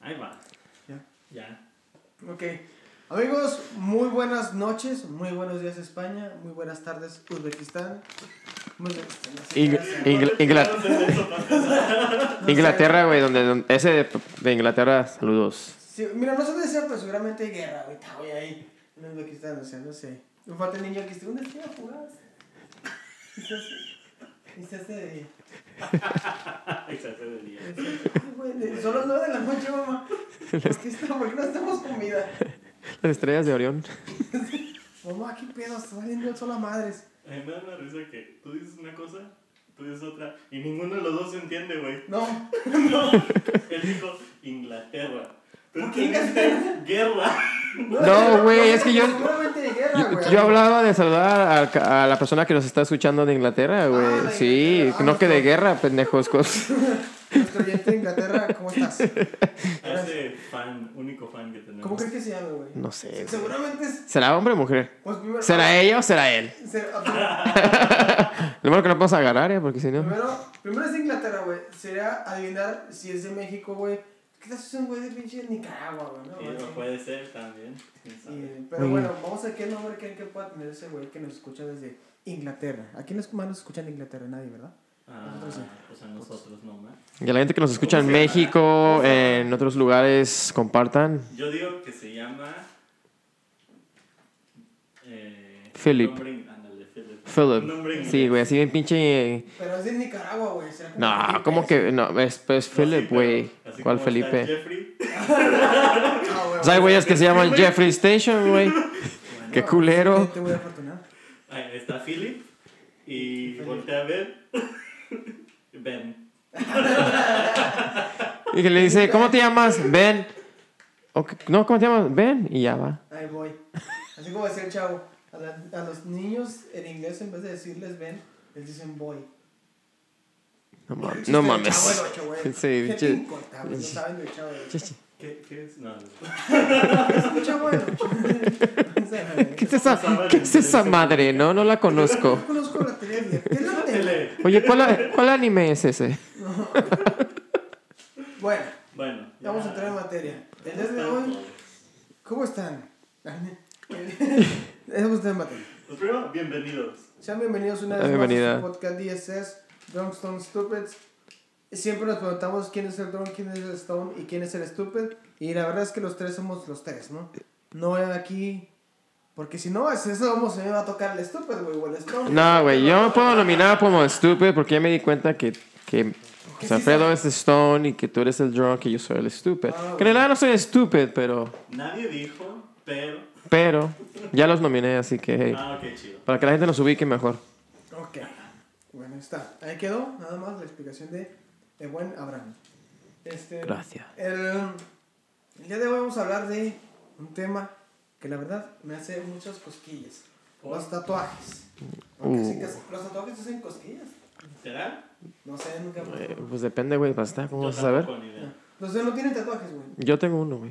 Ahí va. Ya. Ya. Ok. Amigos, muy buenas noches, muy buenos días España, muy buenas tardes Uzbekistán. Muy buenas tardes. Ing- Ingl- Ingl- Inglaterra, güey, donde, donde- ese de, de Inglaterra, saludos. Sí, mira, no sé dónde sea, pero seguramente hay guerra ahorita, güey, ahí. En Uzbekistán, o sea, no sé. Me falta el niño que esté, ¿dónde estoy a jugar? Y se hace- y se hace de- Ahí se hace de día. Ay, güey, de- Son las nueve de la noche, mamá. ¿Por qué, está- por qué no estamos comida? Las estrellas de Orión. Mamá, qué pedo, está saliendo el sol a madres. A mí Eh, me da una risa que tú dices una cosa, tú dices otra, y ninguno de los dos se entiende, güey. No, No. Él dijo Inglaterra. Tú ¿Por qué entendiste guerra. No, güey, es que yo- Seguramente de guerra, Yo, güey. yo hablaba de saludar al ca- a, la persona que nos está escuchando de Inglaterra, Ah, güey. de Sí, Inglaterra. Ah, no que de nuestro- guerra, pendejos. cos- Nuestro oyente de Inglaterra, ¿cómo estás? Ah, A Ese fan, único fan que tenemos. ¿Cómo crees que se llama, güey? No sé, güey. Seguramente es. ¿Será hombre o mujer? Pues primero. ¿Será ella o será él? ser- ah, Lo malo que no podemos agarrar, ¿eh? porque si no. primero, primero es de Inglaterra, güey. Sería adivinar si es de México, güey. ¿Qué tal si es un güey de pinche Nicaragua, güey? Sí, ¿no? no pues. puede ser también. quién sabe. Y- pero bueno, vamos a ver qué nombre creen que pueda tener ese güey que nos escucha desde Inglaterra. ¿A quiénes más nos escuchan de Inglaterra? Nadie, ¿verdad? Ah, Nosotros sí. pues a nosotros nomás. Y a la gente que nos escucha en México, en otros lugares, compartan. Yo digo que se llama. Eh, Philip. nombre ing- ándale, Philip. Un nombre Philip. inglés. Sí, güey, así bien pinche. Pero es de Nicaragua, güey. será como No, Felipe. ¿cómo que? No, es, es No, sí, Philip, pero güey. así ¿Cuál como está Felipe? Jeffrey. Ah, güey, O sea, hay güeyes que se llaman Jeffrey Station, güey. bueno, qué culero. Te voy a afortunar. Ahí está Philip. Y Philip. voltea a ver. Ben. Y que le dice, ¿cómo te llamas? Ben. Ok, No, ¿cómo te llamas? Ben. Y ya va. Ahí voy. Así como decía el chavo, a, la- a los niños en inglés en vez de decirles ven, les dicen boy. No, El mames. chiste no del mames. Chavo del ocho, güey. Sí, Gente che- incontable, no saben del chavo del ocho. Ch- ch- ¿Qué, qué es? No, no. Es un chavo del ocho. ¿Qué es esa, qué es esa madre? No, no la conozco. No conozco la teoría de- ¿Qué es la tele? Tele. Oye, ¿cuál, cuál anime es ese? Bueno, Bueno. ya vamos a ya. entrar en materia. El día de Está hoy, todo. ¿cómo están? Vamos a entrar en materia. Pues primero, bienvenidos. Sean bienvenidos una vez Bienvenida. más a su podcast DSS, Drunk Stone Stupids. Siempre nos preguntamos quién es el Drunk, quién es el Stone y quién es el Stupid. Y la verdad es que los tres somos los tres, ¿no? No hay aquí. Porque si no, es eso vamos, se me va a tocar el Stupid, güey, o el Stone. No, güey, yo me puedo nominar como estúpido porque ya me di cuenta que, que José Alfredo es Stone y que tú eres el drunk y yo soy el estúpido. Que en realidad no soy estúpido, pero, Nadie dijo, pero. pero ya los nominé, así que, hey, Ah, qué chido. para que la gente nos ubique mejor. Ok. Bueno, ahí está. Ahí quedó nada más la explicación de, de buen Abraham. Este, Gracias. El, el día de hoy vamos a hablar de un tema que la verdad me hace muchas cosquillas. ¿Por? Los tatuajes. Porque sí Uh. que hace- los tatuajes te hacen cosquillas. ¿Será? No sé, nunca. Eh, pues depende, güey, basta, ¿cómo Yo vas a saber? tampoco, ni idea. Los de no tienen tatuajes, güey. Yo tengo uno, güey.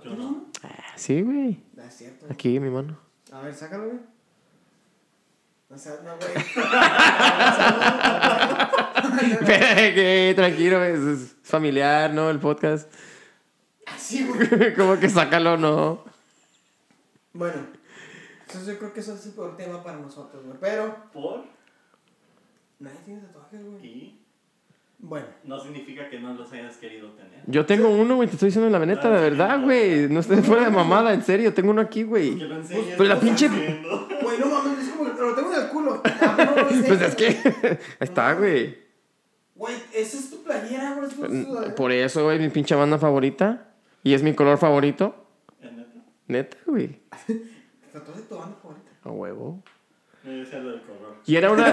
Yo tienes no. uno? Ah, Sí, güey. No, es cierto. Aquí, mi mano. A ver, sácalo, güey. No seas, no, güey. Que, Tranquilo, güey, es es familiar, ¿no? El podcast. Así, güey. Como que sácalo, no. Bueno, entonces yo creo que eso es el peor tema para nosotros, güey. Pero Por nadie tiene tatuajes, güey. y Bueno, no significa que no los hayas querido tener. Yo tengo uno, güey, te estoy diciendo la neta, de verdad, güey. No estoy fuera de mamada, en serio, tengo uno aquí, güey. Que lo enseñes. Pues la lo pinche- estás viendo. güey, no mames, es como que lo tengo en el culo. Ah, no, no, Pues es que. Ahí está, güey. Güey, esa es tu playera, güey. Es tu sudadera. Por eso, güey, mi pinche banda favorita. Y es mi color favorito. ¿Eh, neta? Neta, güey. eh. Tatuaje de tu banda favorita. A huevo. Me decía lo del color. Y era una.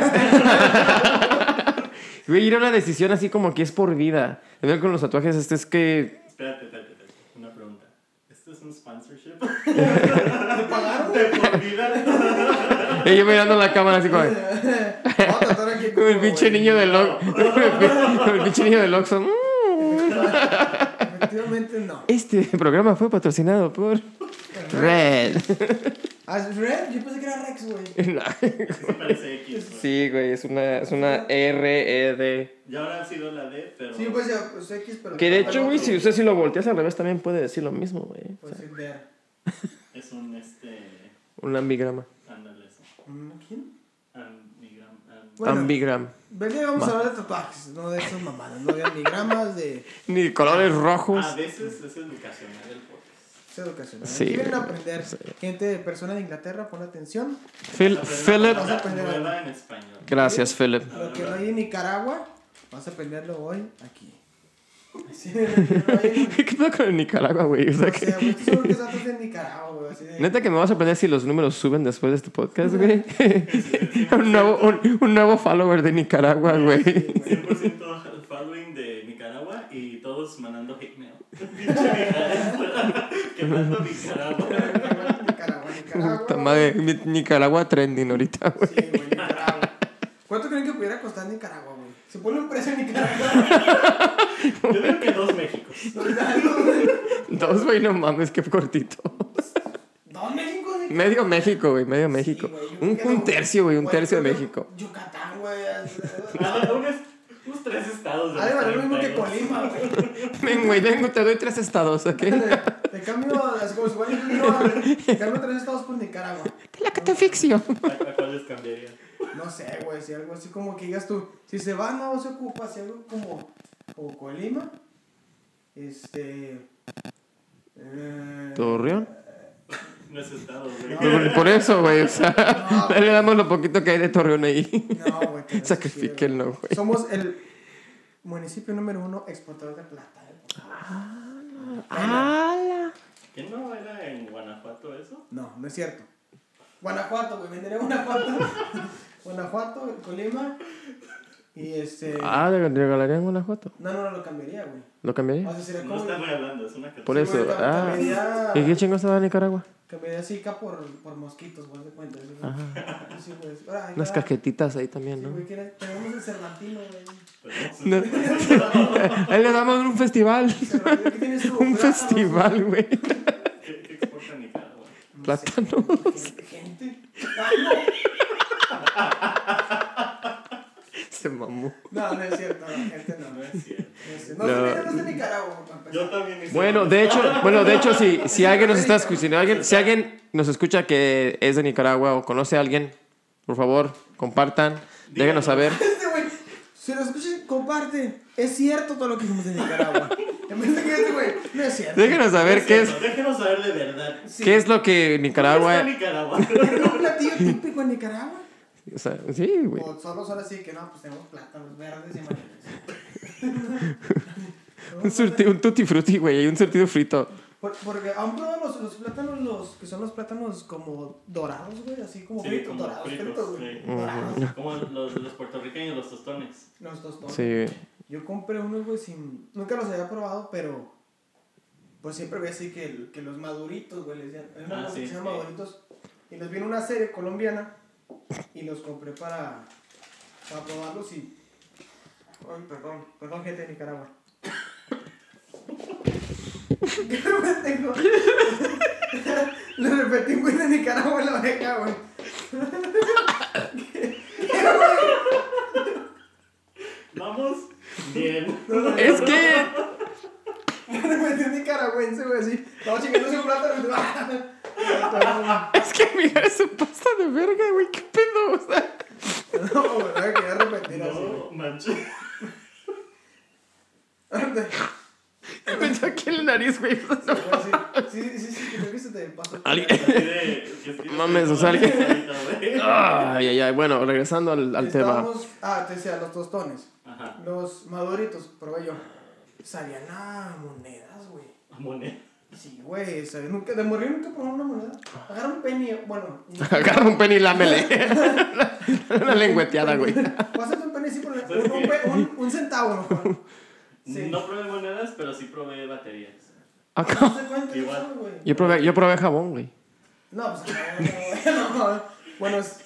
Güey, era una decisión así como que es por vida. En ver con los tatuajes, este es que. Espérate, espérate, espérate. Una pregunta. ¿Esto es un sponsorship? ¿Te pagaron? ¿De por vida? Y yo mirando la cámara así como. Vamos a tatuar aquí el Como culo, el pinche güey. niño del Ox. Como el pinche niño del Oxxo. Mm. Efectivamente, no. Este programa fue patrocinado por. Red. Ah, ¿es Red? Yo pensé que era Rex, güey. Sí parece X, güey. sí, güey, es una, es una E R-E-D. Ya habrá sido la D, pero. Sí, pues ya, pues X, pero. Que de hecho, güey, si usted si lo volteas al revés también puede decir lo mismo, güey. O Pues sea, sí, vea. Es un este. un ambigrama. Ándale eso. Mm, ¿Quién? Ambigram. am- Bueno. Ambigram. Venga, vamos a hablar de tatuajes, no de esas mamadas, no de amigramas, de Ni colores rojos. A veces Ah, es educacional el podcast. esa educación. si Sí, quieren güey, aprender, gente, persona de Inglaterra, pon atención. Phil- Philip. Vamos a aprender Philip. nueva en español. Gracias, Philip. Lo que no hay en Nicaragua, vas a aprenderlo hoy aquí. Sí, lo que no hay en- ¿Qué pedo con Nicaragua, güey? O O sea, sea, que- güey, tú seguro que estás en Nicaragua, güey, así de- Neta que me vas a aprender si los números suben después de este podcast, güey. un, nuevo, un, un nuevo follower de Nicaragua, güey. 100% al following de Nicaragua y todos mandando hate mail. Pinche Nicaragua. Quemando Nicaragua. Nicaragua, Nicaragua. Puta madre, mi- Nicaragua trending ahorita, güey. Sí, güey, Nicaragua. ¿Cuánto creen que pudiera costar Nicaragua, güey? Se pone un precio en Nicaragua. Yo creo que dos Méxicos. Dos, güey, no mames, qué cortito. ¿Dónde, México? Nicaragua? Medio México, güey, medio Sí, México. güey, yo Un, creo que un no. tercio, güey, un Bueno, tercio de creo que México. Yucatán, güey. Ha Ah, unos, unos tres estados. de valer lo los mismo que 32. Colima, güey. Ven, güey, vengo, te doy tres estados, ¿ok? Te- Te cambio, así como si fuera Nicaragua. Te cambio tres estados por Nicaragua. La que te asfixio. ¿A, a cuáles cambiaría? No sé, güey, si algo así como que digas tú, si se va, no se ocupa, si algo como, o Colima, este... eh, ¿Torreón? No es estado, güey. No. Por, por eso, güey, o sea, No. dale, damos lo poquito que hay de Torreón ahí. No, güey. te- Sacrifíquenlo, güey. Somos el municipio número uno exportador de plata. eh, por favor. ¡Hala! ¿Que no era en Guanajuato eso? No, no es cierto. Guanajuato, güey, venderé Guanajuato. Guanajuato, Colima, y este... Ah, le le regalarían Guanajuato. No, no, no lo cambiaría, güey. ¿Lo O cambiaría? sea, sería No como... está regalando, es una Por canción. eso, güey, ah. cambiaría- ¿Y qué chingo estaba en Nicaragua? Cambiaría Zika por, por mosquitos, güey, de cuenta. eso, güey. Sí, güey. Ahora, ahí Unas está. cajetitas ahí Sí, también, ¿no? güey, que era- Tenemos el Cervantino, güey. Perdón. No. Ahí le damos un festival. Cervantino, ¿Qué tienes tú? Un Plátanos, festival, güey. ¿Qué, qué exporta Nicaragua? No Plátanos. sé, güey, Gente. Ah, no. Se mamó. No, no es cierto, no, gente no. No No, es cierto. es cierto. no, No. no. no es de Nicaragua, güey, para empezar. Yo también hice Bueno, una- de hecho, bueno, de hecho, si, si alguien nos está escuchando, alguien, si alguien nos escucha que es de Nicaragua o conoce a alguien, por favor, compartan, déjenos saber. Este güey, si lo escuchas, comparte. Es cierto todo lo que hicimos en Nicaragua. En vez de que este güey, no es cierto. Déjenos saber qué es, Déjenos saber de verdad. Sí. qué es lo que Nicaragua. Nicaragua. Nicaragua. ¿Tienen un platillo típico en Nicaragua? o sea, sí, güey. O solo ahora sí que no, pues tenemos plátanos verdes y amarillos. Un, surti- un tutti frutti, güey, y un surtido frito. Por- porque aún probado los, los plátanos, los que son los plátanos como dorados, güey, así como Sí, fritos, como dorados, fritos, fritos, güey. sí. Dorados. Como los, los puertorriqueños, los tostones. Los tostones. Sí, güey. Yo compré unos, güey, sin. Nunca los había probado, pero. Pues siempre veía así que, el- que los maduritos, güey, les decían. Hay una Ah, cosa sí, que se sí. llama maduritos. Y los vi en una serie colombiana. Y los compré para. Para probarlos y. Ay, perdón, perdón, gente de Nicaragua. tengo? Le repetí un güey de Nicaragua en la oreja, güey. Vamos bien. Es que Le repetí un nicaragüense, güey, así. Estaba chingando su plátano. Es que mira su pasta de verga, güey, qué pedo, o sea. No, güey, no me quería repetir así, güey. No manches. Me echó aquí en la nariz, güey. Sí, sí, sí, sí, creo que se te pasó. Alguien- Así de- que sí, Mames, no, o sea, alguien- Ah. ahorita, güey. Ay, ay, ay. Bueno, regresando al, al tema. Estábamos- Ah, te decía, los tostones. Ajá. Los maduritos, probé yo. Sabían a monedas, güey. Moneda. Sí, güey, sabía- nunca, de morir nunca probé una moneda. Agarra un penny, bueno. Agarra un penny y lámele. Una lengüeteada, güey. Pásate un penny, sí, por ¿Sabes un, un, qué? pe- un, un centavo mejor. Sí. No probé monedas, pero sí probé baterías. Acá. No se cuenta, Igual. no, güey. Yo probé, yo probé jabón, güey. No, pues no, no, no, no. Bueno, es.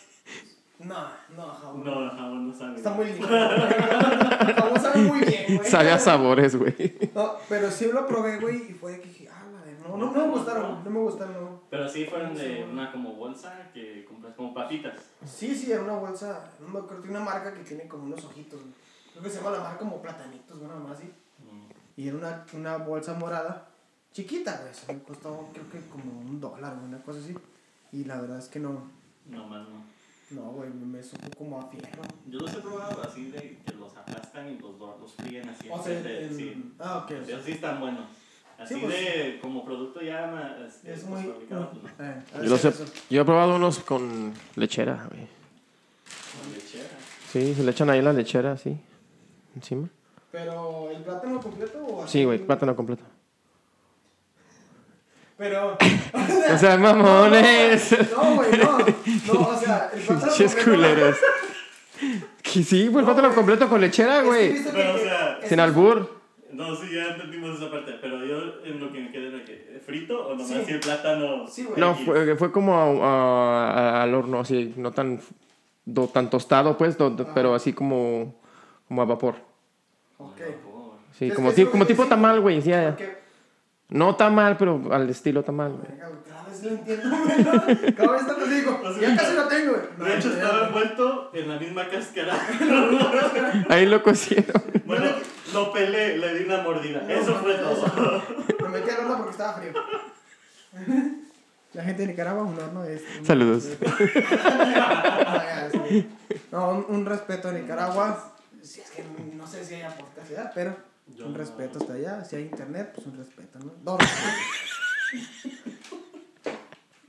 No, no, jabón. No, jabón no sabe. Está muy lindo. Jabón sabe muy bien, güey. Sabía sabores, güey. No, pero sí lo probé, güey, y fue de que dije, ah, la de no No, no, no me gustaron, no me gustaron, no. Pero sí fueron de una como bolsa que compras como papitas. Sí, sí, era una bolsa, no me acuerdo, tiene una marca que tiene como unos ojitos, güey. Creo que se llama la marca como platanitos, una más así. Y era una, una bolsa morada, chiquita, güey, se me costó creo que como un dólar, güey, una cosa así. Y la verdad es que no, No más no. no, güey, me supo como a fierro. Yo los he probado así de que los aplastan y los, do- los fríen así. O en sea, vez de- en- sí. ah, ok, o sea, Esos sí están buenos. Así Sí, pues, de como producto ya ma- este, es muy... fabricado, pues, no. eh, Yo, los he, eso. yo he probado unos con lechera, güey. Con lechera. Sí, se le echan ahí la lechera, sí. Encima. Pero, ¿el plátano completo o así? Sí, güey, plátano completo. Pero... O sea, mamones. No, güey, no. No, o sea, el plátano Pinches completo- culeros. Que sí, No, pues plátano güey. completo con lechera, Es que güey. viste que- Pero, o sea, es- Sin albur. No, sí, ya entendimos esa parte. Pero yo en lo que me quedé era que. ¿Frito o nomás Sí. así el plátano? Sí, güey. No, X? fue, fue como a- a- al horno, así, no tan, do- tan tostado, pues, do- do- pero así como, como a vapor. Ok. Ay, por favor. Sí, Es como, que ti- es lo como que tipo sí. tamal, güey. sí, ya, ya. Porque, No tamal, pero al estilo tamal, güey. venga, güey, cada vez lo entiendo, güey. ¿no? Cada vez tanto digo, O sea, ya casi lo tengo, güey. De hecho, No, estaba ya, envuelto en la misma cáscara. Ahí lo cocieron. bueno, lo pelé, le di una mordida. No, eso fue no, eso. todo. Me metí al horno porque estaba frío. La gente de Nicaragua, un horno es. un- Saludos. Ah, ya, sí. No, un, un respeto a Nicaragua. Si es que no sé si hay aportación, pero Yo un no. respeto hasta allá. Si hay internet, pues un respeto, ¿no? Dos respetos.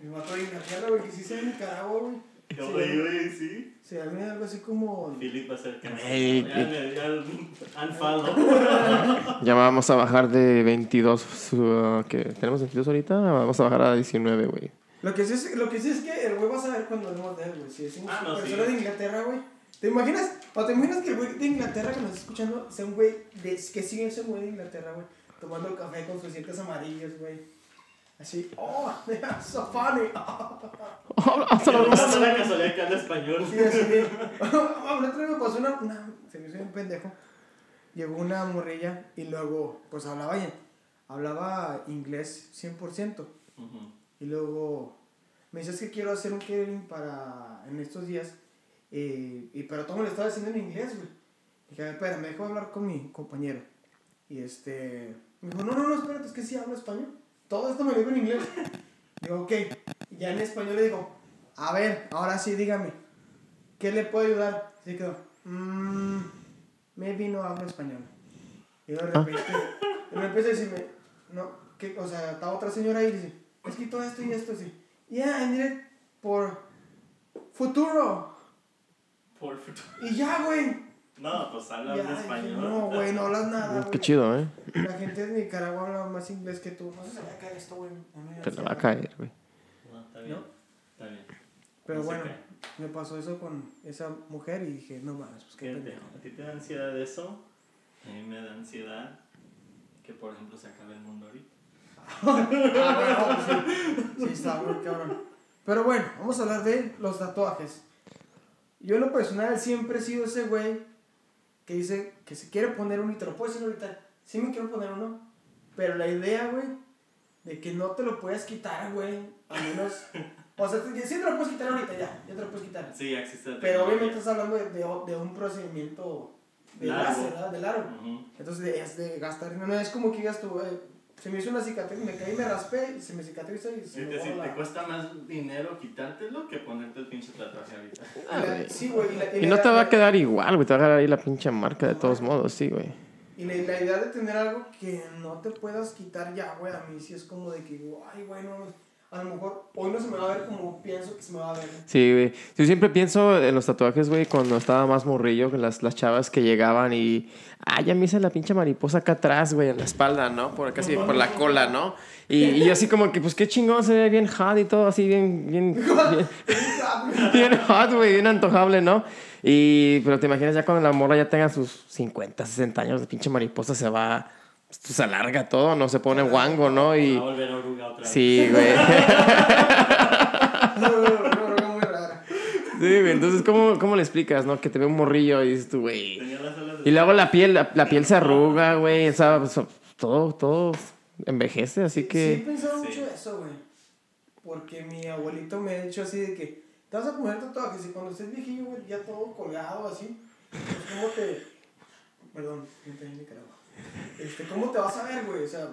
Me mató de Inglaterra, güey, que sí soy de Nicaragua, güey. Yo, Sí. Oye, oye, sí. Sí, a mí algo así como. Philip va a ser que no. Ey, Ya, ya, ya, unfollow. Ya vamos a bajar de 22, su- que tenemos 22 ahorita, vamos a bajar a 19, güey. Lo que, sí es, lo que sí es que el güey va a saber cuando hablemos de él, güey. Si decimos Ah, no, persona sí. de Inglaterra, güey. ¿Te imaginas? ¿O te imaginas que el güey de Inglaterra que nos está escuchando sea un güey de- que sigue ese güey de Inglaterra, güey? Tomando café con sus dientes amarillos, güey. Así, oh, that's so funny. No es la casualidad que habla español. Sí, así de. Ah, la otra vez me pasó una, una- Se me hizo un pendejo. Llegó una morrilla y luego, pues hablaba, hablaba inglés 100%. Ujú. Y luego me dices que quiero hacer un catering para en estos días. eh, y pero todo me lo estaba diciendo en inglés, güey. Dije, a ver, espera, me dejó hablar con mi compañero. Y este. Me dijo, no, no, no, espérate, es que sí hablo español. Todo esto me lo dijo en inglés. Digo, ok. Y ya en español le digo, a ver, ahora sí, dígame. ¿Qué le puedo ayudar? Se quedó, mmm. Maybe no hablo español. Y de repente, y me empieza a decirme, no, que, o sea, está otra señora ahí y dice, es que todo esto y esto, sí. Yeah, and it por futuro. Por favor. Y ya, güey. No, pues habla Ya, en dije, español. No, güey, no hablas nada, Qué güey. chido, ¿eh? La gente de Nicaragua habla más inglés que tú. No se le va a caer esto, güey. Te la va a caer, güey. No, está bien. ¿No? Está bien. Pero No se bueno, pues, cae. me pasó eso con esa mujer y dije, no mames, pues qué Fíjate, pendejo. ¿a ti te da ansiedad eso? A mí me da ansiedad que, por ejemplo, se acabe el mundo ahorita. Ah, bueno, sí. Sí, está muy cabrón. Pero bueno, vamos a hablar de los tatuajes. Yo en lo personal siempre he sido ese güey que dice que se quiere poner uno y te lo puedo decir ahorita. Sí me quiero poner uno, pero la idea, güey, de que no te lo puedes quitar, güey, a menos... O sea, te- sí te lo puedes quitar ahorita ya, ya te lo puedes quitar. Sí, existe la Pero tecnología. obviamente estás hablando de, de, de un procedimiento de Largo. láser, ¿verdad? De largo. Ujú. Entonces es de gastar dinero. No es como que digas tú, güey, se me hizo una cicatriz, me caí, me raspé, se me cicatriza y se Sí, me te, sí, borra te la- cuesta más dinero quitártelo que ponerte el pinche tatuaje ahorita. y la- Sí, güey. la- Y la no te idea- va a quedar igual, güey. Te va a quedar ahí la pinche marca de todos modos, sí, güey. Y la, la idea de tener algo que no te puedas quitar ya, güey, a mí sí es como de que, digo, ay, güey, no, a lo mejor hoy no se me va a ver como pienso que se me va a ver. Sí, güey. Yo siempre pienso en los tatuajes, güey, cuando estaba más morrillo, que las, las chavas que llegaban y. Ah, ya me hice la pinche mariposa acá atrás, güey, en la espalda, ¿no? Por, casi por la cola, ¿no? Y, y yo así como que, pues qué chingón, se ve bien hot y todo, así bien. bien, bien bien hot, güey, bien antojable, ¿no? Y, pero te imaginas ya cuando la morra ya tenga sus 50, 60 años, la pinche mariposa se va, se alarga todo, ¿no? Se pone guango, ¿no? Va Y a volver a oruga otra vez. sí, güey. Algo muy raro. Sí, güey. Entonces, ¿cómo, ¿cómo le explicas, no? Que te ve un morrillo y dices tú, güey. Tenía las alas de- Y luego la piel, la, la piel se arruga, güey. O sea, so- pues, todo, todo envejece, así Sí, he que... pensado Sí. mucho eso, güey. Porque mi abuelito me ha dicho así de que te vas a poner tatuajes y cuando estés viejillo, güey, ya todo colgado así. Pues, ¿cómo te. Perdón, pinté en Nicaragua. Este, ¿cómo te vas a ver, güey? O sea,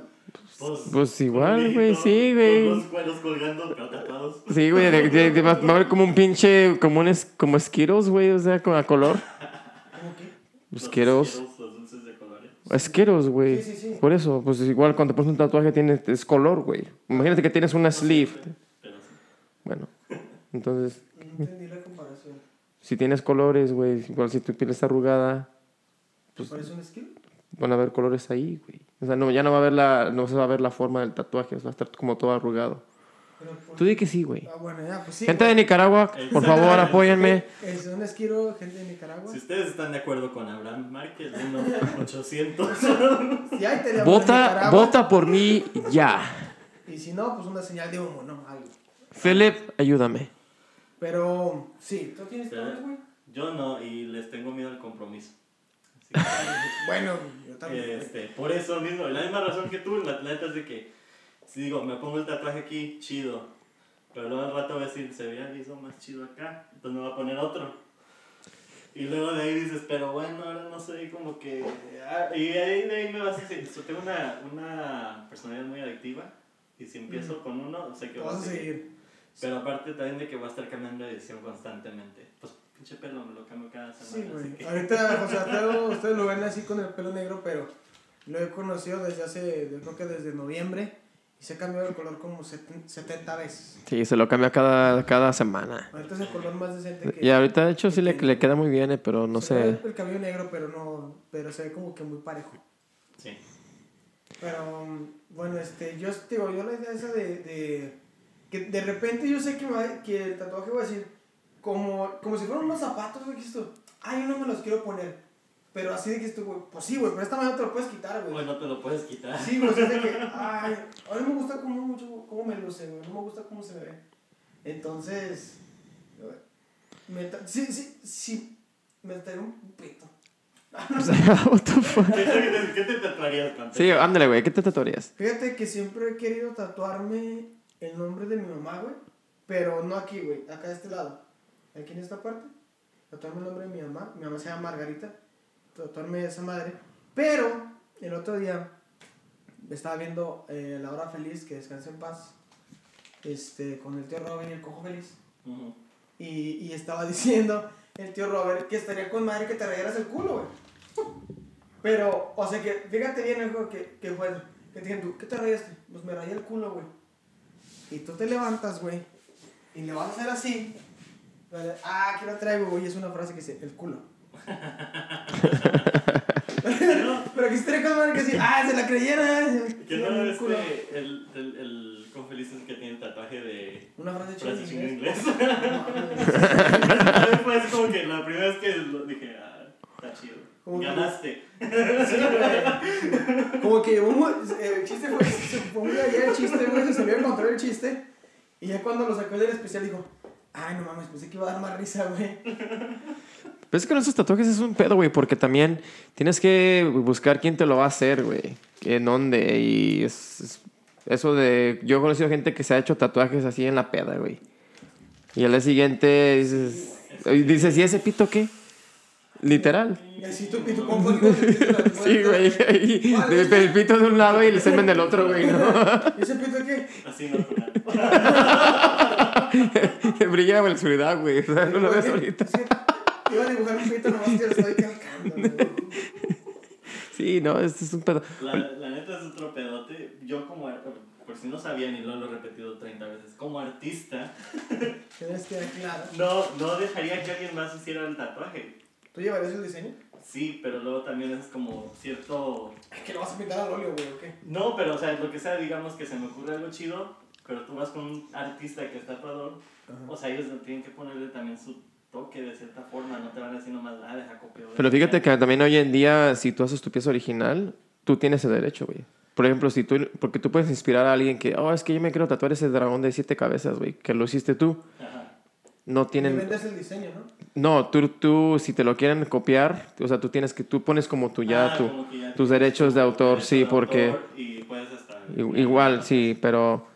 Pues, Pues igual, güey, viejito, sí, güey. Con dos cueros colgando, pero tatuados. Sí, güey, de- de- de- va va a ver como un pinche, como un, es- como Skittles, güey, o sea, con- a color. ¿cómo que? Los Skittles. Skittles, Los dulces de colores. Skittles, güey. Sí, sí, sí. Por eso, pues igual cuando te pones un tatuaje tienes, es color, güey. Imagínate que tienes una sleeve. Pero sí. Bueno, entonces, No entendí la comparación. si tienes colores, güey, igual si tu piel está arrugada, Pues, ¿Te parece un skill? van a haber colores ahí, güey. O sea, no, ya no va a ver la, no se va a ver la forma del tatuaje, va a estar como todo arrugado. Pero, por- Tú di que sí, güey. Ah, bueno, ya, pues sí. Gente de güey. Nicaragua, por favor, apóyenme. Es un esquiro, gente de Nicaragua. Si ustedes están de acuerdo con Abraham Márquez, 800. Si hay teléfono en Vota, Nicaragua, vota por mí ya. Y si no, pues una señal de humo, ¿no? Algo. Philip, ayúdame. Pero, sí, ¿tú tienes tatuajes, güey? Yo no, y les tengo miedo al compromiso. Así Bueno, yo que, también. güey. este, por eso mismo, la misma razón que tú, la neta es de que, si digo, me pongo el tatuaje aquí, chido. Pero luego al rato voy a decir, se veía hizo más chido acá, entonces me va a poner otro. Y luego de ahí dices, pero bueno, ahora no soy como que. ah, y ahí, de ahí me vas a decir, yo tengo una, una personalidad muy adictiva. Y si empiezo con uno, sé que Mm. Te va a vas a seguir. seguir. Pero aparte también de que va a estar cambiando de edición constantemente. Pues pinche pelo, me lo cambio cada Sí, semana. así güey. que- Ahorita José Alfredo, ustedes lo ven así con el pelo negro, pero lo he conocido desde hace, yo creo que desde noviembre, y se ha cambiado el color como seten- 70 veces. Sí, se lo cambia cada, cada semana. Ahorita es el color más decente que... Y ahorita, de hecho, sí le, le queda muy bien, eh, pero no se ve sé. El cabello negro, pero no, pero se ve como que muy parejo. Sí. Pero, um, bueno, este, yo te digo, yo la idea esa de, de... Que de repente yo sé que, me va- que el tatuaje va a decir, como, como si fueran unos zapatos, güey, que esto... Ah, yo no me los quiero poner. Pero así de que esto, güey, pues sí, güey, pero esta manera te lo puedes quitar, güey. Pues no te lo puedes quitar. Sí, pues es de que, ay, a mí me gusta cómo, mucho, cómo me luce, güey, no me gusta cómo se me ve. Entonces, me ta- sí, sí, sí, me traeré un pito. What the fuck? ¿Qué te, qué te tatuarías, Pantera? Sí, ándale, güey, ¿qué te tatuarías? Fíjate que siempre he querido tatuarme el nombre de mi mamá, güey, pero no aquí, güey, acá de este lado, aquí en esta parte, tatuarme el nombre de mi mamá, mi mamá se llama Margarita, tatuarme esa madre, pero el otro día estaba viendo eh, La Hora Feliz, que descanse en paz, este, con el tío Robin y el cojo feliz, Ujú. y, y estaba diciendo el tío Robert que estaría con madre que te rayaras el culo, güey. Pero, o sea que, fíjate bien algo que, que fue, que te dijeron, "¿Tú ¿qué te rayaste? Pues me rayé el culo, güey. Y tú te levantas, güey, y le vas a hacer así. ¿vale? Ah, que lo traigo, güey, es una frase que dice, el culo. Pero que estaría con madre que así, ah, se la creyeron. eh, ¿Qué no el es culo". este, el, el, el con felices que tiene el tatuaje de Una frase chida. frase en chingo inglés. inglés? No, Fue así como que la primera vez que lo dije, ah, está chido. Como que- Ganaste. Sí, güey. Como que un, eh, el chiste fue, supongo que ya el chiste, güey, se salió a encontrar el chiste. Y ya cuando lo sacó del especial dijo, ay, no mames, pensé que iba a dar más risa, güey. Pero Pues es que con esos tatuajes es un pedo, güey, porque también tienes que buscar quién te lo va a hacer, güey. En dónde. Y es, es- eso de. Yo he conocido gente que se ha hecho tatuajes así en la peda, güey. Y al día siguiente dices. Dices, ¿y ese pito qué? Literal. Y así tú, y tu compa dijo, "Sí, Sí, güey. y- y El pito de un lado y el semen del otro, güey, ¿no? ¿Y ese pito qué? Así no fue nada. Brilla la seguridad, güey. O sea, no lo ves ahorita. Sí, Iba a dibujar un pito nomás que lo estoy calcando, güey. Sí, no, este es un pedo. La, la neta es otro pedote. Yo como, ar- por si no sabían y lo lo he repetido 30 veces, como artista, Tienes que dar claro. no, no dejaría que alguien más hiciera el tatuaje. ¿Tú llevarías el diseño? Sí, pero luego también es como cierto... Ay, Que lo vas a pintar al óleo, güey, ¿o qué? No, pero o sea, lo que sea, digamos que se me ocurre algo chido, pero tú vas con un artista que es tatuador, o sea, ellos tienen que ponerle también su toque de cierta forma, no te van a decir nomás, ah, deja copio. Pero fíjate que también hoy en día, si tú haces tu pieza original, tú tienes el derecho, güey. Por ejemplo, si tú, porque tú puedes inspirar a alguien que, oh, es que yo me quiero tatuar ese dragón de siete cabezas, güey, que lo hiciste tú. Ajá. No Le tienen, vendes el diseño, ¿no? no, tú, tú, si te lo quieren copiar, o sea, tú tienes que, tú pones como tu ya, Ah, tu- como que ya tus tienes derechos de autor, derechos sí, de porque, autor Y puedes hasta I- Igual, sí, pero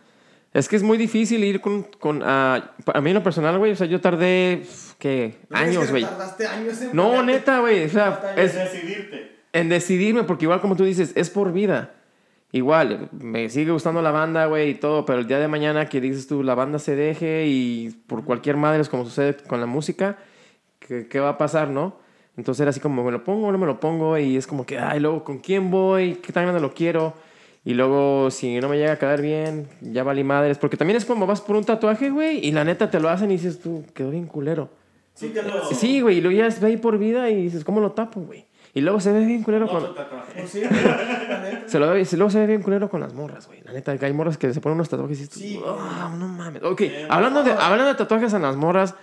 es que es muy difícil ir con... con ah, a mí en lo personal, güey, o sea, yo tardé, ¿qué? No, es que Años, te güey. tardaste años en No, ponerte- neta, güey. O sea, Es es decidirte. en decidirme, porque igual como tú dices, es por vida. Igual, me sigue gustando la banda, güey, y todo, pero el día de mañana que dices tú, la banda se deje y por cualquier madre es como sucede con la música, ¿qué, qué va a pasar, no? Entonces era así como, ¿me lo pongo o no me lo pongo? Y es como que, ay, luego, ¿con quién voy? ¿Qué tan grande lo quiero? Y luego, si no me llega a quedar bien, ya valí madres. Porque también es como vas por un tatuaje, güey, y la neta te lo hacen y dices tú, quedó bien culero. Sí, te lo. Sí, güey, y luego ya es ahí por vida y dices, ¿cómo lo tapo, güey? Y luego se ve bien culero No, con... tu tatuaje. Pues sí, la neta. Se lo ve, se- luego se ve bien culero con las morras, güey. La neta, que hay morras que se ponen unos tatuajes y dices, Sí, güey. "Ah, no mames. Ok, hablando de, hablando de tatuajes en las morras,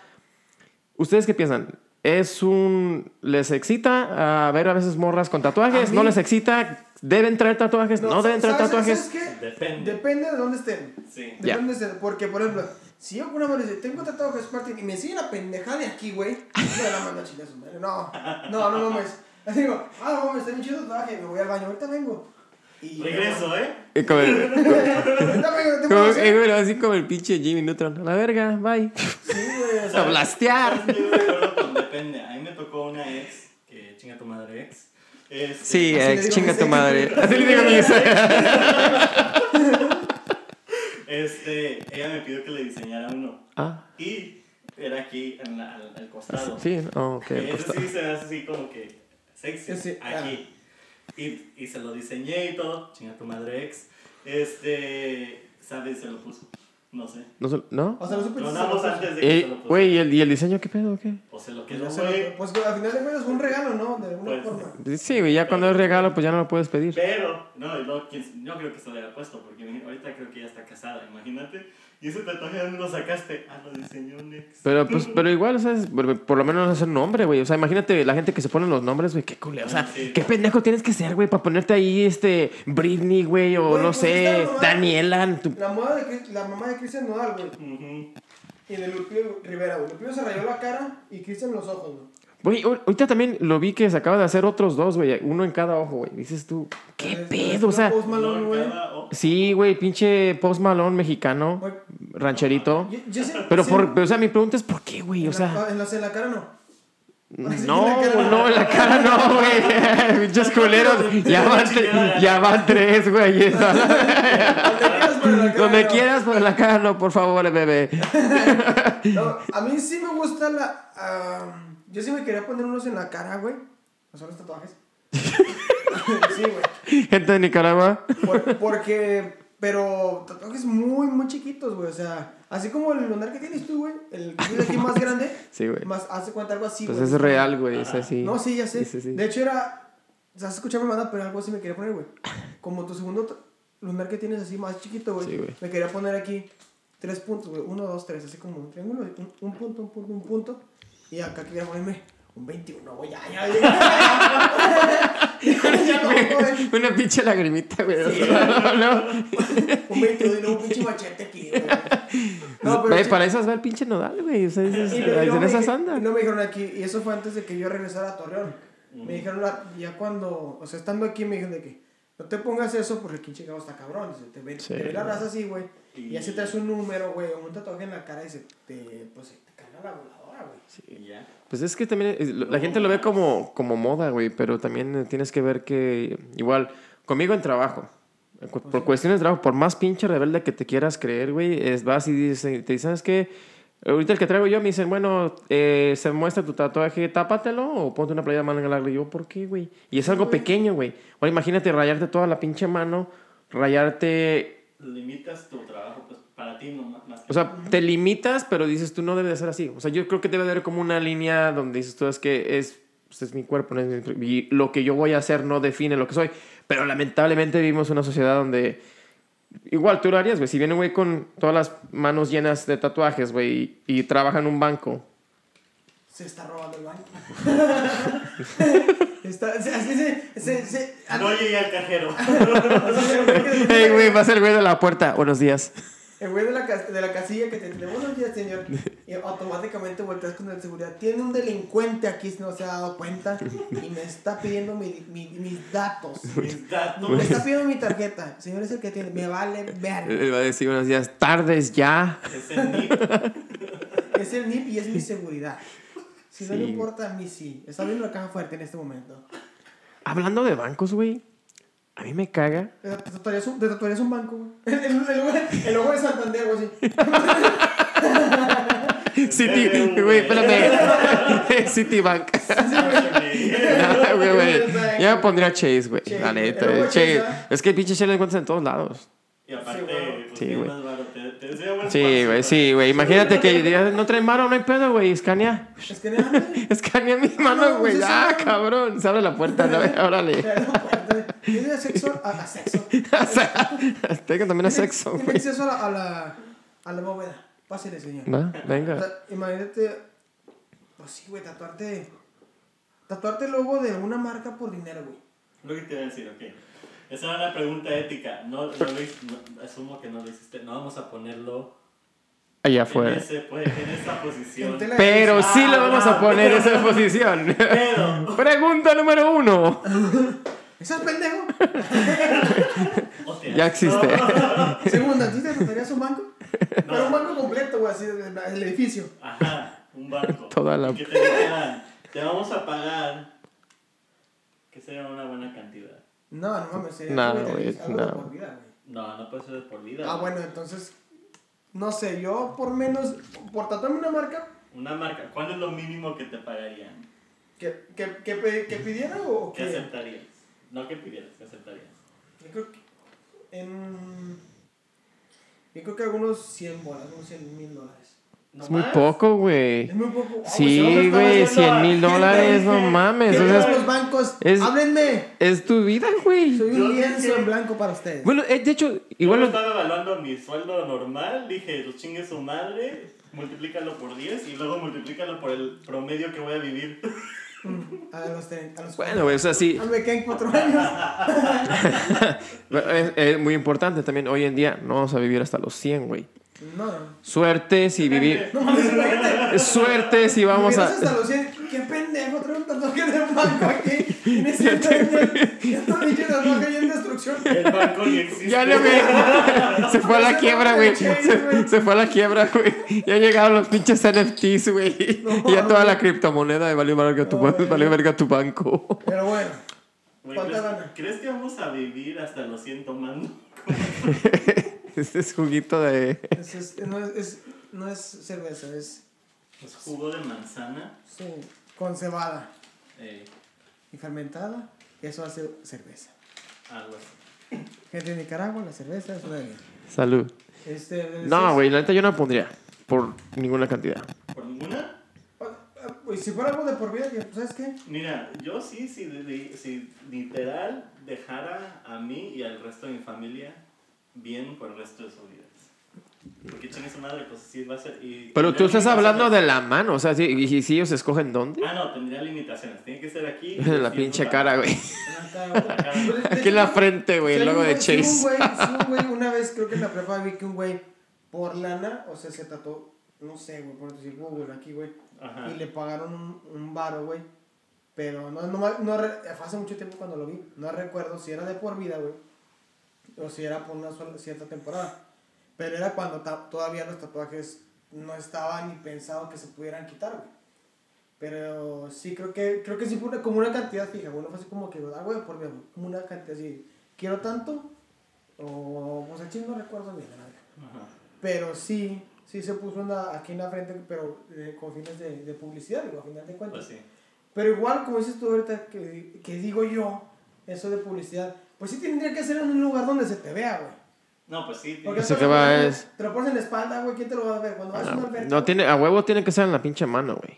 ¿ustedes qué piensan? ¿Es un... ¿Les excita a ver a veces morras con tatuajes? A mí- ¿No les excita? ¿Deben traer tatuajes? ¿No, deben traer ¿sabes- tatuajes? ¿sabes qué? Depende. Depende de dónde estén. Sí. Ya. Depende de Porque, por ejemplo, si yo por ejemplo le digo, tengo tatuajes Martin y me enseñan la pendejada de aquí, güey, yo la mando a chingar a su madre. No, no, no mames. Así digo, ah, no mames, está bien chido el tatuaje, me voy al baño, ahorita vengo. Y Regreso, ¿eh? Y como el- Ahorita vengo, te como- puedo eh, hacer. güey, así como el pinche Jimmy Neutron. A la verga, bye. Sí, güey, o A sea, blastear. Yo me acuerdo con depende. A mí me tocó una ex, que chinga tu madre ex. Este, Sí, Así le ex, digo chinga mis tu ex. madre. Así le digo a mi ex. Este, ella me pidió que le diseñara uno. Ah, Y era aquí, en la- al, al costado. sí, oh, ok. Eh, Y eso costa- sí se me hace así como que sexy. Sí, ah. aquí. Y, y se lo diseñé y todo. Chinga tu madre ex. Este, ¿sabes? Se lo puso. No sé. ¿No? se- ¿no? o sea, no pues, supe si se lo Tronamos puse. antes de que Eh, se lo puso. Güey, ¿y el, y el diseño qué pedo? o ¿Qué? O se lo Pues, quedó, ya se lo- güey. pues, al final de cuentas es un regalo, ¿no? De alguna Pues, forma. Sí, güey, Eh, ya cuando es regalo, pues ya no lo puedes pedir. Pero, no, y luego, quién- no creo que se lo haya puesto, porque ahorita creo que ya está casada, imagínate. Y ese tatuaje, ¿dónde lo sacaste? Ah, lo diseñó un ex. Pero, pues, pero igual, o sea, es- por, por lo menos es un nombre, güey. O sea, imagínate la gente que se pone los nombres, güey, qué culero. O Ah, sea, Sí. qué pendejo tienes que ser, güey, para ponerte ahí, este, Britney, güey, o Güey, no pues, sé, está mal. Daniela. en tu- La, mamá de, Cris- la mamá de Cristian Nodal, güey. Ujú. Y de Lupio Rivera, güey. Lupio se rayó la cara y Cristian los ojos, güey. Güey, ahor- ahorita también lo vi que se acaba de hacer otros dos, güey, uno en cada ojo, güey. Dices tú, qué Es- pedo, Eh, o es sea. Post Malone, Lo güey. cada- oh, Sí, güey, pinche post malón mexicano, Güey. rancherito. Yo- yo sé- Pero, sí, por, pero, o sea, mi pregunta es, ¿por qué, güey? en O sea. la, en, la, en la cara no. Ahora sí que en la No, cara no. no, en la cara no, güey. Muchos culeros. Ya van, tre- ya van tres, güey. Donde quieras, pero en la cara Donde no. quieras, pero en la cara no, por favor, bebé. No, a mí sí me gusta la. ah, yo sí me quería poner unos en la cara, güey. O sea, los tatuajes. sí, güey. Gente de Nicaragua. Por- porque. Pero tatuajes muy, muy chiquitos, güey. O sea, así como el lunar que tienes tú, güey. El que tienes aquí más grande. Sí, güey. Más, hace cuenta algo así, Pues güey. es real, güey. Es así. No, sí, ya sé. Sí, sí, sí. De hecho, era. O sea, has escuchado mi banda, pero algo así me quería poner, güey. Como tu segundo t- lunar que tienes así más chiquito, güey. Sí, güey. me quería poner aquí tres puntos, güey. Uno, dos, tres. Así como un triángulo, un, un punto, un punto, un punto. Y acá quería ponerme un 21, güey. Ya, ya, ya. Ya, ya, no, güey. Una pinche lagrimita, güey. Sí. No, no. Un 21 y luego un pinche machete aquí, güey. No, pero. Güey, sí. para esas va el pinche nodal, güey. O sea, es- Y luego- y luego en me esas dije- anda. y luego me dijeron aquí, y eso fue antes de que yo regresara a Torreón. Me dijeron, la- ya cuando, o sea, estando aquí, me dijeron de que no te pongas eso porque aquí chingado está cabrón. Dice, te ve, Sí, te ve la güey. raza así, güey. Y Y- así traes un número, güey, o un tatuaje en la cara y se te, pues, se te cala la voladora, güey. y ya. Pues es que también eh, lo- la gente lo ve como, como moda, güey, pero también eh, tienes que ver que igual, conmigo en trabajo, eh, cu- por cuestiones de trabajo, por más pinche rebelde que te quieras creer, güey, es, vas y dice- te dicen, ¿sabes qué? Ahorita el que traigo yo me dicen, bueno, eh, se muestra tu tatuaje, tápatelo o ponte una playera de manga larga. Y yo, ¿por qué, güey? Y es algo pequeño, güey. Ahora imagínate rayarte toda la pinche mano, rayarte Limitas tu trabajo, pues, para ti, no más más que o sea, te limitas, pero dices tú no debe de ser así. O sea, yo creo que debe de haber como una línea donde dices tú es que es, pues, es mi cuerpo, no es mi- y lo que yo voy a hacer no define lo que soy. Pero lamentablemente vivimos en una sociedad donde igual tú lo harías, güey. Si viene un güey con todas las manos llenas de tatuajes, güey, y, y trabaja en un banco. Se está robando el banco. está, se, así se, se, se, Ah, No llegué al cajero. así se- Hey, güey, va a ser el güey de la puerta. Buenos días. El güey de la, cas- de la casilla que te dice, buenos días, señor. Y automáticamente volteas con el seguridad. Tiene un delincuente aquí, no se ha dado cuenta. Y me está pidiendo mi- mi- mis datos. Mis datos. Me está pidiendo mi tarjeta. Señor es el que tiene. Me vale ver. Él va a decir unos días tardes ya. Es el NIP. Es el NIP y es mi seguridad. Si no le Sí. importa, a mí sí. Está abriendo la caja fuerte en este momento. Hablando de bancos, güey. A mí me caga. Te tatuarías un, te tatuarías un banco, güey. El, el- el logo- el logo de Santander, güey. así. City, Eh, güey, güey. espérame. Citibank. Ah, güey, güey. Yo me pondría Chase, güey. Chase, La güey. neta. Pero, güey, Chase. Chase, ¿ah? Es que el pinche Chase lo encuentras en todos lados. Y aparte, Sí, pues, sí, güey. Sí, güey. más barato. Te- te- sería buen Sí, espacio güey, para- sí, güey. Imagínate que digas, no traen mano, no hay pedo, güey. Escanea. Es que nada, güey. Escanea mi no, mano, no, güey. sí, sí, Ah, no. cabrón. Se abre la puerta, ¿no? Órale. Pero, güey, Tiene acceso a, a sexo. O sea, Tengo también a sexo, Tiene güey. acceso a la, a la, a la bóveda. Pásale, señor. ¿No? O Venga. sea, imagínate. Pues sí, güey, tatuarte. Tatuarte el logo de alguna marca por dinero, güey. Lo que te iba a decir, ok. Esa era una pregunta ética. No, no lo hic- no- asumo que no lo hiciste. No vamos a ponerlo Allá en, afuera. ese, pues, en esa posición. Gente la- Pero sí lo Ah, vamos a bravo. poner en esa posición. Pero, Pregunta número uno. ¿Estás pendejo? hostia, Ya existe. Segunda, ¿sí te tatuarías un banco? Pero un banco completo, güey, así, el edificio. Ajá, un banco. Toda la- Que te dijeran, te vamos a pagar. Que sea una buena cantidad. No, no mames, sería No, algo de- güey, algo de no. por vida, güey. No, no puede ser de por vida. Ah, güey. bueno, entonces. No sé, yo por menos. Por tatuarme una marca Una marca. ¿Cuál es lo mínimo que te pagarían? que, que, que, pe- que pidiera o ¿Qué que. aceptarías? No que pidieras, ¿qué aceptarías? Yo creo que. En. Yo creo que algunos 100 bolas, unos 100 mil dólares. ¿No Es muy más? poco, güey. Es muy poco. Ah, pues, Sí, estamos güey, yendo 100 a- mil dólares, no mames. ¿Qué O pedo sea, con los bancos? es- ¡Háblenme! es tu vida, güey. Soy Yo un lienzo dije- en blanco para ustedes. Bueno, eh, de hecho, Igual igual no lo- estaba evaluando mi sueldo normal, dije, los chingue su madre, multiplícalo por 10 y luego multiplícalo por el promedio que voy a vivir. A los 30. A los Bueno, güey, o sea, sí. Ah, me quedan 4 años. Es, es muy importante también. Hoy en día no vamos a vivir hasta los 100, güey. No, no. Suerte si vivir. No mames, imagínate. Suerte si vamos Miras a. hasta los 100. ¡Qué pendejo! Trae un tatuaje de blanco aquí. Tiene 100 años. Ya está dicho tatuaje ahí en destrucción. El banco ni existe. Ya no, güey. Se fue a la quiebra, güey. Se, se fue a la quiebra, güey. Ya llegaron los pinches NFTs, güey. Y ya toda la criptomoneda de valió verga tu, valió verga tu banco. Pero bueno. Güey, ¿Cuánta ¿crees, lana? crees que vamos a vivir hasta los 100 tomando? Este es juguito de. Es, es- no, es, es- no es cerveza, es Pues jugo de manzana. sí, con cebada Eh, y fermentada. y Eso hace cerveza. algo así. Gente de Nicaragua, la cerveza es una bebida. Salud. Este, No, es- güey, la neta yo no la pondría. Por ninguna cantidad. ¿Por ninguna? Ah, ah, pues, Si fuera algo de por vida, que, ¿sabes qué? Mira, yo sí, si, li- si literal dejara a mí y al resto de mi familia bien por el resto de sus vidas. Porque chingue su madre, pues sí va a ser. y- Pero tú tendría estás hablando limitaciones. de la mano, o sea, si, y si ellos escogen dónde. Ah, no, tendría limitaciones. Tiene que ser aquí. En la Sí, pinche puta. cara, güey. Pues, de Aquí en la hecho, frente, güey, sí, el hay logo un de güey- sí, un Chase. güey- sí, un güey, una vez creo que en la prepa vi que un güey por lana, o sea, se tatuó, no sé, güey, por decir Google aquí, güey. Ajá. y le pagaron un, un varo, güey. Pero no, no, me- no re- fue hace mucho tiempo cuando lo vi. No recuerdo si era de por vida, güey. O si era por una sola- cierta temporada. Pero era cuando ta- todavía los tatuajes no estaban ni pensado que se pudieran quitar, güey. Pero sí, creo que, creo que sí fue una- como una cantidad fija, güey. No fue así como que, ah, güey, por vida, güey. Como una cantidad así. Quiero tanto. O, pues, ching, no recuerdo bien, la verdad. Ajá. Pero sí, sí se puso una, aquí en la frente, pero eh, con fines de, de publicidad, digo, a final de cuentas. Pues sí. Pero igual, como dices tú ahorita, que, que digo yo, eso de publicidad, pues sí tendría que ser en un lugar donde se te vea, güey. No, pues sí. Porque tiene- Se eso te lo va, pones- es- Te lo pones en la espalda, güey, ¿quién te lo va a ver? Cuando vas a una No, alberca. no tiene, a huevo tiene que ser en la pinche mano, güey.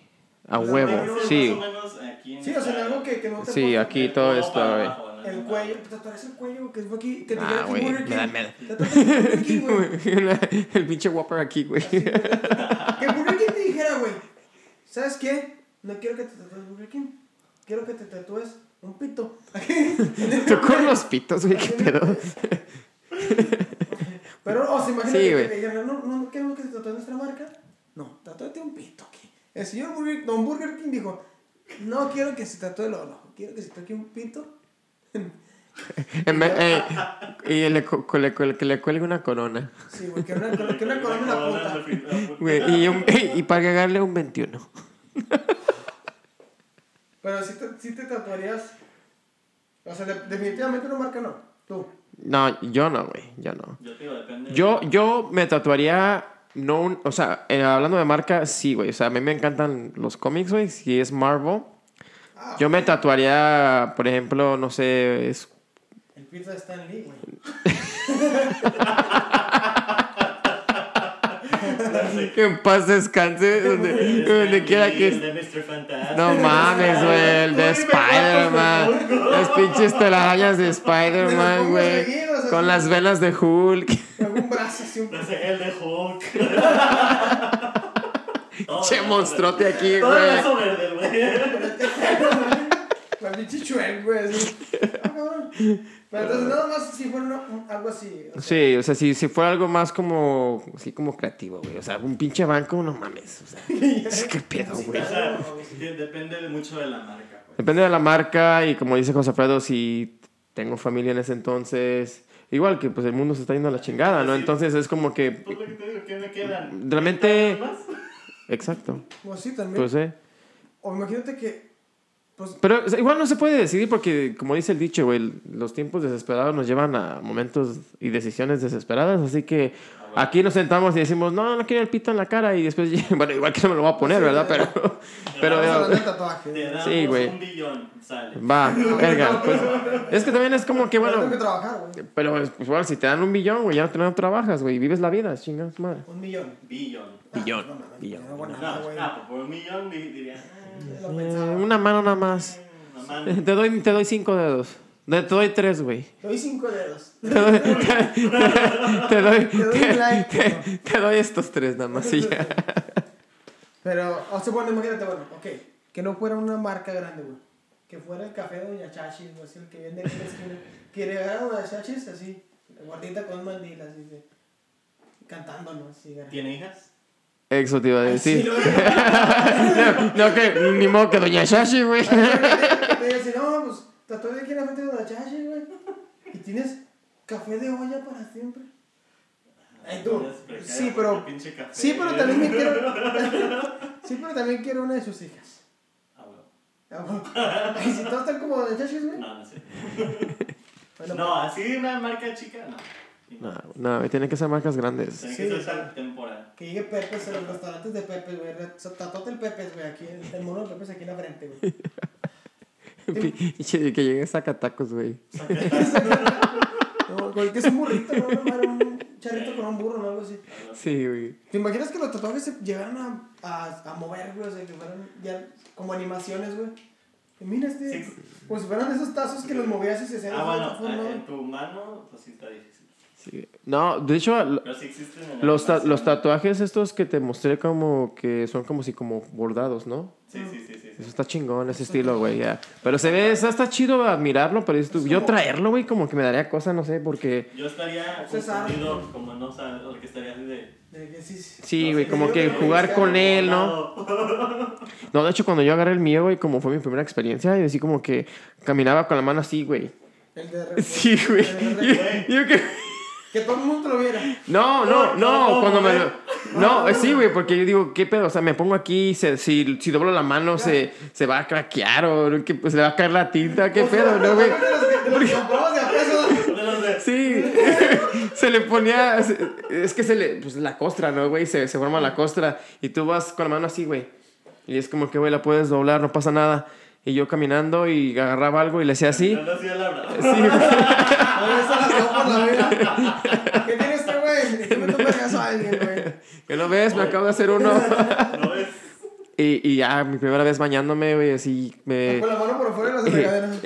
A Pues, tiene que huevo, ser sí. Más o menos aquí en Sí, o sea, en esta- algo que, que no te Sí, puedas- aquí del todo codo esto, para güey. abajo, ¿no? El cuello, te tatuarías el cuello, que fue aquí, que te Nah, dijera que güey, Burger me da King. miedo. Te tatuarías el Burger King, güey. El pinche Whopper aquí, güey. Que Burger King te dijera, güey, ¿sabes qué? No quiero que te tatúes Burger King. Quiero que te tatúes un pito. Tú con los pitos, güey, qué pedo. Pero, o sea, imagínate Sí, que güey. te dijeran, no, no, queremos que se tatúe nuestra marca. No, tatúate un pito aquí. El señor Burger, Don Burger King dijo, no quiero que se tatúe el ojo, quiero que se toque un pito. En vez- eh, y le, cu- cu- le, cu- que le cuelgue una corona. Sí, güey, que una, que una corona en la corona punta. al fin- al punto. Güey, y, un- y para cagarle un 21. Pero si te, sí te tatuarías. O sea, de- definitivamente una marca no. Tú. No, yo no, güey. Yo no. Yo te digo, depende. Yo, yo me tatuaría. No un- o sea, eh, hablando de marca, sí, güey. O sea, a mí me encantan los cómics, güey. Si es Marvel. Ah, Yo me tatuaría, por ejemplo, no sé, es- El pito de Stan Lee, güey. que en paz descanse, donde, donde quiera que El de Mr. Fantastic. No mames, güey, el de Uy, me matas, Spider-Man. Las pinches telarañas de Me las Spider-Man, pongo güey. seguidas, así. Con las velas de Hulk. Algún brazo así, un No sé, el de Hulk. Todo Che era monstruote aquí, verde. Todo era güey. eso verde, güey. La pinche chuel, güey. así. Ah, cabrón. Pero entonces nada más si fuera una- un- algo así. o sea, Sí, o sea, si, si fuera algo más como. Así como creativo, güey. O sea, un pinche banco, no mames. O sea, es que pedo, güey. O sea, de- depende de mucho de la marca, pues. güey. Depende de la marca y como dice José Alfredo, si tengo familia en ese entonces. Igual que pues el mundo se está yendo a la chingada, ¿no? Entonces es como que. Pues lo que te digo, ¿qué me quedan? Realmente. ¿Más? Exacto. Pues sí, también. Pues eh. o imagínate que. Pues Pero o sea, igual no se puede decidir porque, como dice el dicho, güey, los tiempos desesperados nos llevan a momentos y decisiones desesperadas. Así que aquí nos sentamos y decimos, no, no quiero el pito en la cara. Y después, bueno, igual que no me lo voy a poner, Sí, ¿verdad? güey. Pero, vamos a pero eh, hablar de tatuaje. Te damos Sí, güey. un billón, sale. va, verga. pues, es que también es como que, Pero Tengo que bueno, trabajar, güey. pero pues, bueno, si te dan un billón, güey, ya no, te- no trabajas, güey, y vives la vida, chingas madre. Un millón. Billón. Billón, No mames, billón. no hago No, nada, güey. ah, por un millón di- diría. ah, Lo Eh, pensaba. una mano nada más. una mano. Te doy, te doy cinco dedos. Te doy tres, güey. Te doy cinco dedos. Te doy, Te doy un like. te, ¿no? te doy estos tres nada más y ya. Pero, o sea, bueno, imagínate, bueno, ok, que no fuera una marca grande, güey. Que fuera el café de Doña Chachis, güey, así el que vende aquí en la esquina. Que llegara Doña Chachis así, gordita con mandil, así, de, cantándonos, así, de- ¿Tiene hijas? Eso te iba a Sí, decir. lo veo. No, que ni modo que Doña Shashi, güey. Que te diga así, no, pues, tatuaje aquí en la frente de Doña Chachis, güey. Y tienes café de olla para siempre. Ay, tú. No es precario, Sí, porque pero, pinche café. sí, pero también me quiero, sí, pero también quiero una de sus hijas. Ah, bueno. Ah, bueno. Ay, si todos están como Doña Chachis, güey. No, no sé. Bueno, No, así una marca chica, no. No, no, güey, tienen que ser marcas grandes. Tiene Sí, que ser claro. esa temporada. Que llegue Pepes, en los restaurantes de Pepes, güey. O sea, Tatuate el Pepes, güey, aquí, el, el mono de Pepes aquí en la frente, güey. Y Que que lleguen sacatacos, güey. No, güey, que es un burrito, ¿no? no, madre, un charrito con un burro, ¿no? Algo así. Ah, Sí, güey. ¿Te imaginas que los tatuajes se llegaran a, a, a mover, güey? O sea, que fueran ya como animaciones, güey. Y Mira este. Sí. Como si fueran esos tazos que los movías y se hacían. Ah, de bueno, forma, ah, güey. en tu mano, pues sí está difícil. Sí. No, de hecho, l- Pero sí existen en los, ta- animación. los tatuajes estos que te mostré como que son como si como bordados, ¿no? Sí, sí, sí, sí. Eso está chingón, ese estilo, güey, ya. Pero se ve, está, está chido admirarlo, pero dices tú, yo traerlo, güey, como que me daría cosa, no sé, porque... Yo estaría César. confundido, como no sabes, lo que estaría así de. De que sí, sí. Sí, No, güey, sí, como yo que creo que jugar está con él, ¿no? Lado. No, de hecho, cuando yo agarré el mío, güey, como fue mi primera experiencia, y así como que caminaba con la mano así, güey. El de. Sí, güey. el de- Yo- yo que- Que todo el mundo lo viera. No, No, no, no, no, cuando me güey. lo... No, eh, sí, güey, porque yo digo, ¿qué pedo? O sea, me pongo aquí, se- si, si doblo la mano, se, se va a craquear o que, pues, se le va a caer la tinta, ¿qué O sea, pedo, no, güey? De los que- de los que comprabas de a peso. De los de- Sí, se le ponía, se- es que se le, pues la costra, ¿no, güey? Se, se forma la costra y tú vas con la mano así, güey. Y es como que, güey, la puedes doblar, no pasa nada. Y yo caminando y agarraba algo y le hacía así. No, no, sí, la verdad. Sí, güey. Ah, esa la dio por la vela. ¿Qué tiene este güey? Que me toca caso a alguien, güey. ¿Que no ves? Me acabo de hacer uno. No es. Y, y ya, mi primera vez bañándome, güey, así me... Con la mano por fuera y las Eh. regaderas.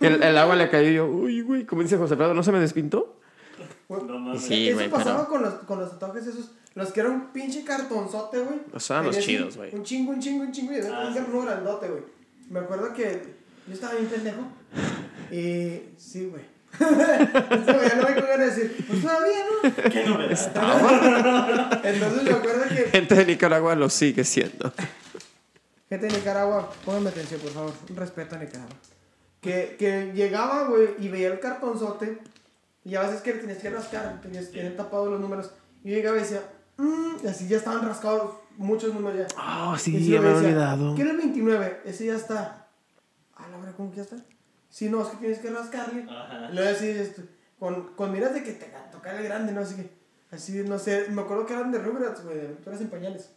el, el agua le cayó y yo, uy, güey, como dice José Prado, ¿no se me despintó? No mames. Sí. Eso güey, pasaba pero- con, los, con los tatuajes esos. Los que era un pinche cartonzote, güey. O sea, los Tenías un- chidos, güey. Un chingo, un chingo, un chingo. Y de Ah, repente sí. uno grandote, güey. Me acuerdo que yo estaba bien pendejo. Y sí, güey. Eso, güey, ya no me ganas de decir, pues todavía, ¿no? ¿Qué novedad? Entonces recuerda que Gente de Nicaragua lo sigue siendo. Gente de Nicaragua, pónganme atención, por favor. Un respeto a Nicaragua. Que, que llegaba, güey, y veía el cartonzote. Y a veces que le tenías que rascar, tenías, tenían tapados los números. Y yo llegaba y decía, "Mm", y así ya estaban rascados muchos números ya. Oh, Y sí, sí, ya me he decía, olvidado. Quiero el 29, ese ya está. A la hora, ¿cómo que ya está? Si no, es que tienes que rascarle. Ajá. Y Luego así, este, con, con miras de que te va a tocar el grande, ¿no? Así que, así, no sé, me acuerdo que eran de Rugrats, güey, de aventuras en pañales.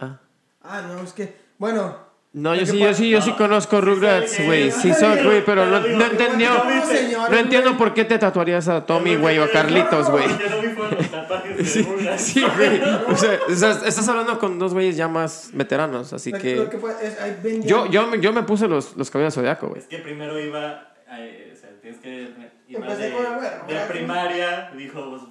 Ah. Ah, no, es que, bueno, No, yo Lo que sí, yo pasa- sí, yo sí No. conozco Sí Rugrats, sabe güey. que- Sí, soy, güey, pero no, Pero digo, no igual que entendió. no No, señor, No entiendo por qué te tatuarías a Tommy, güey, o a Carlitos, güey. Yo lo vi por los tatuajes de Sí, Rugrats. sí, güey. O sea, estás, estás hablando con dos güeyes ya más veteranos, así lo- que. lo que fue es, ahí vendían- Yo, yo, me- yo me puse los, los cabellos zodiaco, güey. Es que primero iba, eh, o sea, tienes que iba Empecé de, con la verga, de ¿verdad? primaria, dijo, pues,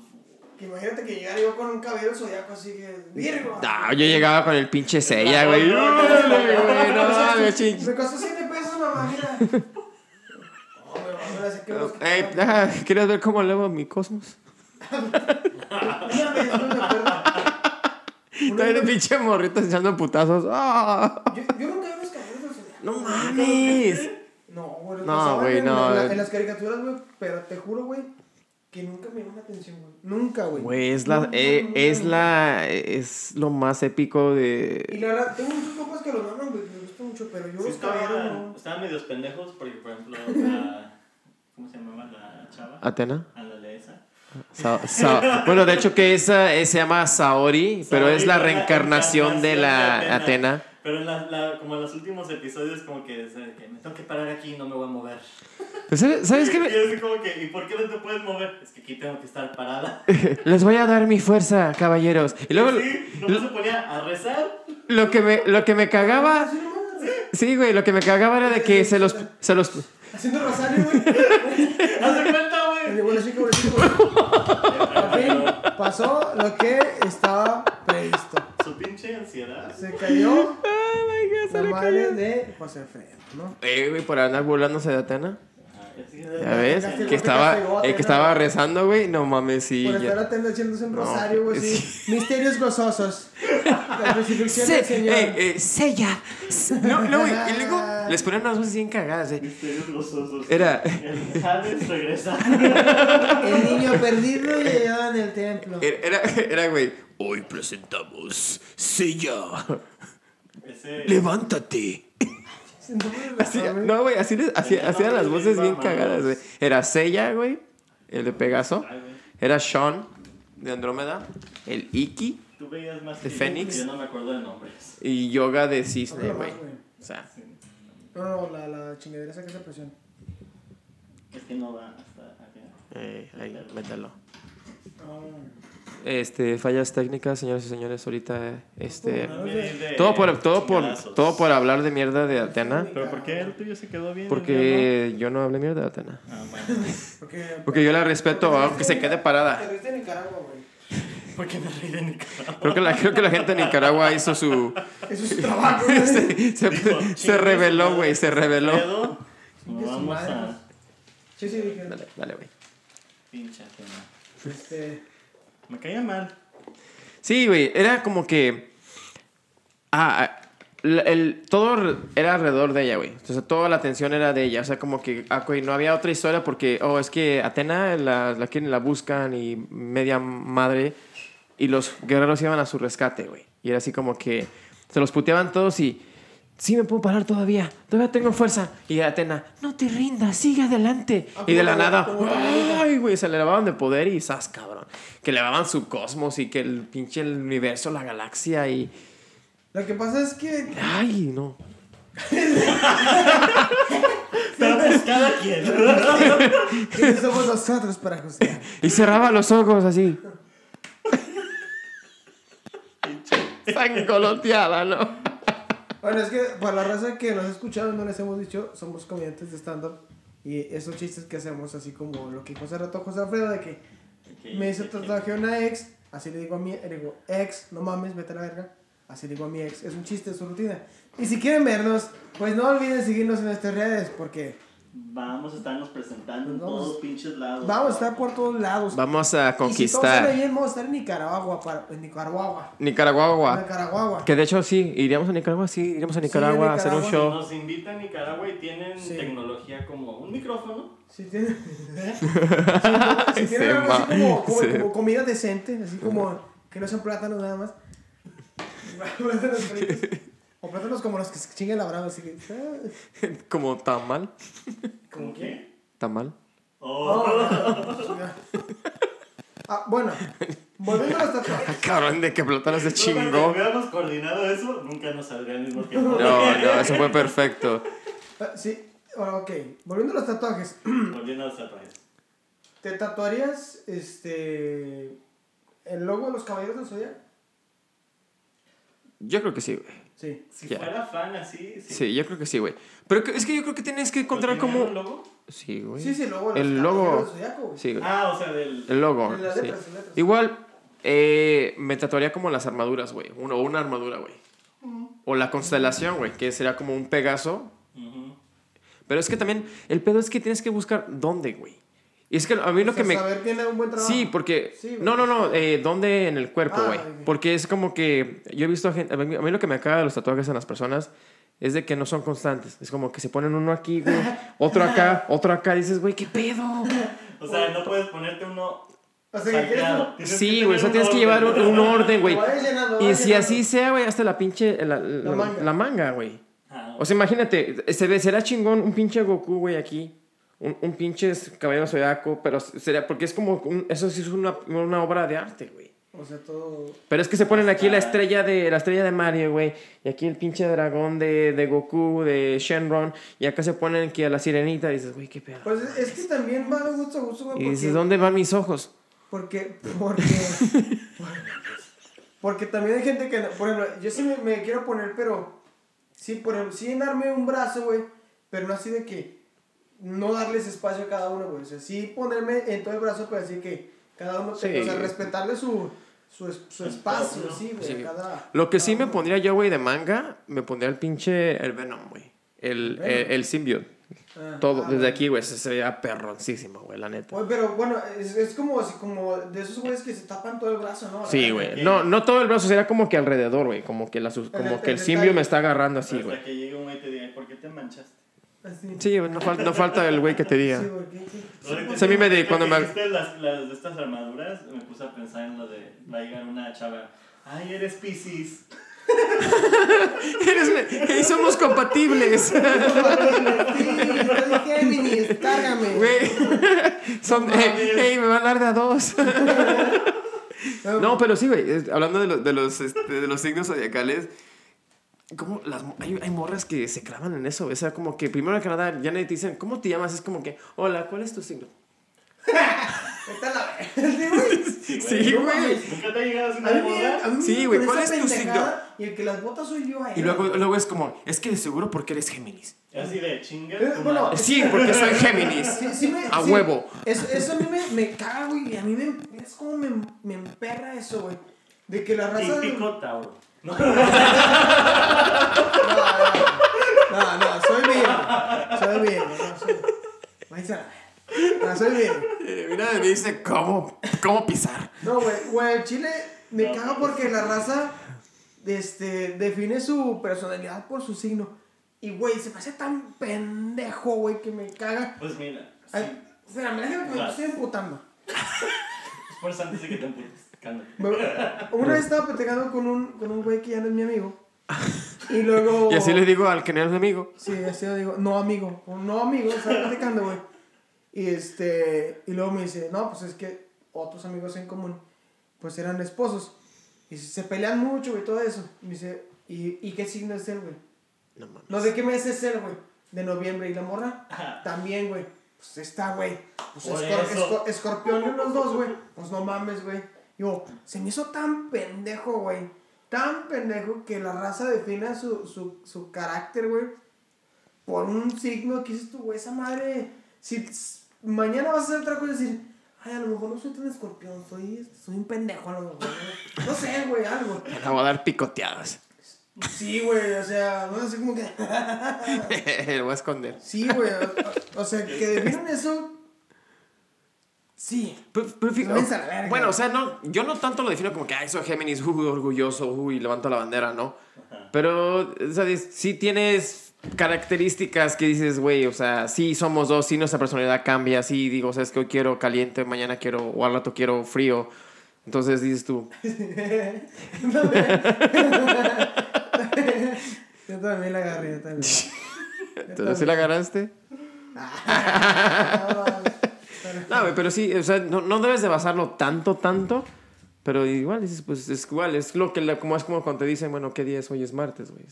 que imagínate que llegara yo con un cabello zodiaco así que, Virgo. No, yo llegaba con el pinche sella, güey. No, no, no, Órale, no, güey, No mames, chin- Me costó 7 pesos, mamá, mira. No, güey, mamá, ahora sí que busco- Ey, ah, ¿Quieres ver cómo elevo mi cosmos? Una vez, no me acuerdo. Una Está vez- el pinche morrito echando putazos. Ah, Yo, yo nunca vi los cabellos del zodiaco. ¡No mames! No, güey. los No, pasaban güey, en, no. En, la- en las caricaturas, güey. Pero te juro, güey, que nunca me llamó la atención, güey. Nunca, güey. Güey, es la, Nunca, eh, nunca, es nunca. la, es lo más épico Y de... la verdad, tengo muchos compas que los aman, güey. Me gusta mucho, pero yo sí los caballeros estaban, no. estaban medios pendejos, porque, por ejemplo, la, ¿cómo se llamaba la chava? Atena. A la de esa. Sa- Sa- bueno, de hecho que esa eh, se llama Saori, pero Saori es la fue la reencarnación de encarnación de Atena. la Atena. Pero en la, la- como en los últimos episodios, como que, o sea, que me tengo que parar aquí y no me voy a mover. Pues, ¿sabe- ¿Sabes qué? Y me- es como que, ¿y por qué no te puedes mover? Es que aquí tengo que estar parada. Les voy a dar mi fuerza, caballeros. Y luego Sí, no se ponía a rezar. lo que me, lo que me cagaba... Así nomás, güey. Sí, güey, lo que me cagaba era de que se los... Se los Haciendo rosario, güey. ¡Haz de cuenta, güey! Llegó la chica, llegó la chica, güey. Al fin, pasó lo que estaba previsto. Su pinche ansiedad. Se cayó Oh my God, se la le madre cayó. de José Alfredo, ¿no? Eh, güey, por andar burlándose de Atena. Ya Ya ves, castigo, que te estaba, castigó, eh, Atena. que estaba rezando, güey. No mames, sí. Por ya. estar atento haciéndose un No, rosario, güey. sí. sí. Misterios gozosos. La crucifixión Se- del Señor. eh, eh, sella. S- No, no, güey, y luego les ponían unas voces bien cagadas. eh. Misterios gozosos. Era- El Hades regresa. El niño perdido y hallado en el templo. Er, Era, era, güey. Hoy presentamos Sella. Ese. Levántate. Sí, Ah, no, güey, así, les- así- Tenía hacían las nombres voces bien bien cagadas, güey. Era Sella, güey. El de Pegaso. Ay, güey, Era Sean de Andrómeda. El Iki. Tú veías más ¿De que yo, Fénix? Yo no me acuerdo de nombres. Y Yoga de Cisne, Habla más, güey. güey. O sea, No, no, la, la chingadera esa que se presión. Es que no va hasta acá. eh, ahí, mételo. Ah, Este, fallas técnicas, señoras y señores. Ahorita, este. No, No me di de Todo por, todo, por, chingadazos. todo por hablar de mierda de Atena. ¿Pero por qué el tuyo se quedó bien? el mío Porque yo no hablé mierda de Atena. no? Ah, bueno. porque, Porque yo la respeto, ah, porque- aunque se Te quede parada. viste en Nicaragua, güey. Porque me reí de Nicaragua. Creo que la, creo que la gente de Nicaragua hizo su... Eso es su trabajo, güey. Se, Dijo, se, "Chingue su reveló, madre, güey, se reveló. Pero, Chingue su Vamos madre. a. Sí, sí, dije. Dale, dale, güey. Pinche Atena. Este. Me caía mal. Sí, güey, era como que... Ah, ah, la- el, todo re- era alrededor de ella, güey. O sea, toda la atención era de ella. O sea, como que ah, güey, no había otra historia porque, oh, es que Atena la, la quieren, la buscan y media madre. Y los guerreros iban a su rescate, güey. Y era así como que se los puteaban todos y, sí me puedo parar todavía, todavía tengo fuerza. Y Atena, no te rindas, sigue adelante. Ah, y de como la la- nada, como la Liga. ay, güey, se le lavaban de poder y sas, cabrón. Que le lavaban su cosmos y que el pinche el universo, la galaxia y... Lo que pasa es que. Ay, no. Pero pues cada quien. ¿Quiénes somos nosotros para juzgar? Y cerraba los ojos así. Sangoloteada, ¿no? Bueno, es que para la raza que nos ha escuchado no les hemos dicho, somos comediantes de stand-up y esos chistes que hacemos, así como lo que dijo hace rato José Alfredo, de que me hizo tatuaje una ex, así le digo a mi le digo, ex, no mames, vete a la verga, así le digo a mi ex, es un chiste, es su rutina. Y si quieren vernos, pues no olviden seguirnos en nuestras redes, porque Vamos a estarnos presentando en Vamos- todos pinches lados. Vamos a estar por todos lados. Vamos a Y si todo sale conquistar bien, vamos a estar en Nicaragua, para- en Nicaragua. Nicaragua. Nicaragua. Que de hecho sí, iríamos a Nicaragua, sí, iríamos a Sí, Nicaragua a hacer un Nicaragua. show. Nos invita a Nicaragua y tienen Sí. tecnología como un micrófono. Si tiene, ¿eh? si Se tiene algo así ma- como, como- se- como comida decente, así como que no sean plátanos nada más. Plátanos fritos. O plátanos como los que se chingan la brava, así que. ah. Como tamal, ¿Con qué? tamal. Oh, Ah, bueno, volviendo a los tatuajes. Cabrón, de que plátano se No, chingó. Si hubiéramos coordinado eso, nunca nos saldría al mismo tiempo. No, no, eso fue perfecto. Ah, Sí, bueno, ok. Volviendo a los tatuajes. Volviendo a los tatuajes. ¿Te tatuarías este. el logo de los caballeros del Zodiaco? Yo creo que sí, güey. Sí. Si Ya. fuera fan así, sí. Sí, yo creo que sí, güey. Pero que- es que yo creo que tienes que encontrar ¿Tiene como... un logo? Sí, güey. Sí, sí, el logo de los El caballeros logo. del Zodiaco, güey. Sí, güey. Ah, o sea, del. El logo. Las letras, sí. las letras. Igual, eh, me tatuaría como las armaduras, güey. Uno- O una armadura, güey. O la constelación, güey, que sería como un Pegaso. Ujú. Pero es que también, el pedo es que tienes que buscar dónde, güey. Y es que a mí lo O sea, que me... saber quién era un buen trabajo. Sí, porque... Sí, güey. no, no, no, eh, ¿dónde en el cuerpo, Ah, güey? ok. Porque es como que yo he visto a gente... A mí, a mí lo que me acaba de los tatuajes en las personas es de que no son constantes. Es como que se ponen uno aquí, güey, otro acá, otro acá. y dices, güey, ¿qué pedo? O sea, no puedes ponerte uno. O sea, que quieres salteado. uno- Tienes que Sí, tener güey, o sea, un tienes que orden. llevar un, un orden, güey. Lo vayas llenando, lo Y vayas si llenando. así sea, güey, hasta la pinche. eh, La, la- La manga. la manga, güey. Ah, O sea, imagínate, se ve, será chingón un pinche Goku, güey, aquí. Un, un pinche caballero zodiaco, pero será. Porque es como. un- eso sí es una, una obra de arte, güey. O sea, todo. Pero es que se ponen aquí la Ah. estrella de la estrella de Mario, güey. Y aquí el pinche dragón de, de Goku, de Shenron. Y acá se ponen que a la sirenita. Y dices, güey, qué pedo. Pues es, es que también va de gusto a gusto, güey. Y porque- dices, ¿dónde van mis ojos? Porque, porque, porque también hay gente que, no- por ejemplo, yo sí me, me quiero poner, pero, sí, por ejemplo, sí llenarme un brazo, güey, pero no así de que, no darles espacio a cada uno, güey, o sea, sí ponerme en todo el brazo, pero así que cada uno, tenga- o sea, Sí. respetarle su, su, es- su espacio, propio. sí, güey, Sí. cada... Lo que cada sí me uno. pondría yo, güey, de manga, me pondría el pinche el Venom, güey. El, Venom. el, el symbiote. Ah, Todo, ah, desde bueno. aquí, güey, se se veía perroncísimo, güey, la neta. Güey, pero bueno, es, es como, así como de esos güeyes que se tapan todo el brazo, ¿no? Sí, Ok. güey. No, no todo el brazo, sería como que alrededor, güey. Como que, la, sus- El- como que el el simbio detalle. me está agarrando así, hasta güey. que llegue un güey y te diga, ¿por qué te manchaste? Así. Sí, güey, no, fal- no falta el güey que te diga. Sí, güey, ¿qué- qué? Ahorita O sea, pues, a mí me di- ahorita cuando que me- dijiste las, las de estas armaduras, me puse a pensar en lo de va a llegar una chava. Ay, eres Piscis. Eres me- ey, somos compatibles, Soy Géminis, cárgame. güey. Son, No ey, mames. ey, me van a dar de a dos. No, pero sí, güey. es- Hablando de, lo- de los, este, de los signos zodiacales, ¿cómo las, mo- hay, hay morras que se clavan en eso. güey, O sea, como que primero que nada ya ni te dicen, ¿cómo te llamas? Es como que, hola, ¿cuál es tu signo? Vete a la verga, güey. Sí, Sí, no güey. mames. ¿Nunca te ha llegado así A una mí me- a moda? mí me Sí, viene güey, con ¿cuál esa es tu signo? pendejada Y el que las botas soy yo eh. a él. Y luego, luego es como, es que de seguro porque eres Géminis. Así de chinga. Eh, tu bueno, madre. Sí, porque soy Géminis. Sí, sí me- A sí. huevo. Eso, eso a mí me, me caga, güey. y A mí me, es como me, me emperra eso, güey. De que la raza. Típico Tauro. No, No, no, no, no, soy bien. Soy bien, no, soy. Váyanse a la verga. No, soy bien. Eh, Mira, me dice, ¿cómo, cómo pisar? No, güey, güey, el Chile me No, caga no. porque la raza este, define su personalidad por su signo. Y, güey, se me hace tan pendejo, güey, que me caga. pues mira, sí. Ay, espérame, déjame que me Claro. estoy emputando. Es por eso antes de que te emputes. Cálmate. Me- Una vez estaba platicando con un, con un güey que ya no es mi amigo. Y luego... Y así le digo al que no es mi amigo. Sí, así lo digo, no amigo, o no amigo, estaba platicando, güey. Y este, y luego me dice, no, pues es que otros amigos en común, pues eran esposos. Y se se pelean mucho, güey, todo eso. Y me dice, ¿y, ¿y qué signo es él, güey? No mames. No, ¿de qué mes es él, güey? De noviembre. ¿Y la morra? Ajá. También, güey. Pues está, güey. Pues Por escor- eso. esco- escorpión de los dos, güey. Pues no mames, güey. Yo, se me hizo tan pendejo, güey. Tan pendejo que la raza defina su, su, su carácter, güey. Por un signo que dices tú, güey, esa madre. Si s- mañana vas a hacer otra cosa y decir, ay, a lo mejor no soy tan escorpión, soy, soy un pendejo a lo mejor. güey". No sé, güey, algo. Me la voy a dar picoteadas. Sí, güey, o sea, no sé como que. Lo voy a esconder. Sí, güey. O, o sea, que vieron eso. Sí. Pero- pero fíjate- Váyanse a la verga. bueno, o sea, no, yo no tanto lo defino como que, ay, soy Géminis, uh, orgulloso, uh, y levanto la bandera, ¿no? Pero, o sea, es- sí tienes características que dices, güey, o sea, sí somos dos, sí nuestra personalidad cambia, sí digo, o sea, es que hoy quiero caliente, mañana quiero, o al rato quiero frío. Entonces dices tú, No, güey. yo también la agarré, yo también. entonces ¿sí la ganaste? No, mames. No, güey, pero sí, o sea, no, no debes de basarlo tanto, tanto, pero igual dices, pues es igual, es lo que, la- como es como cuando te dicen, bueno, ¿qué día es hoy? Es martes, güey.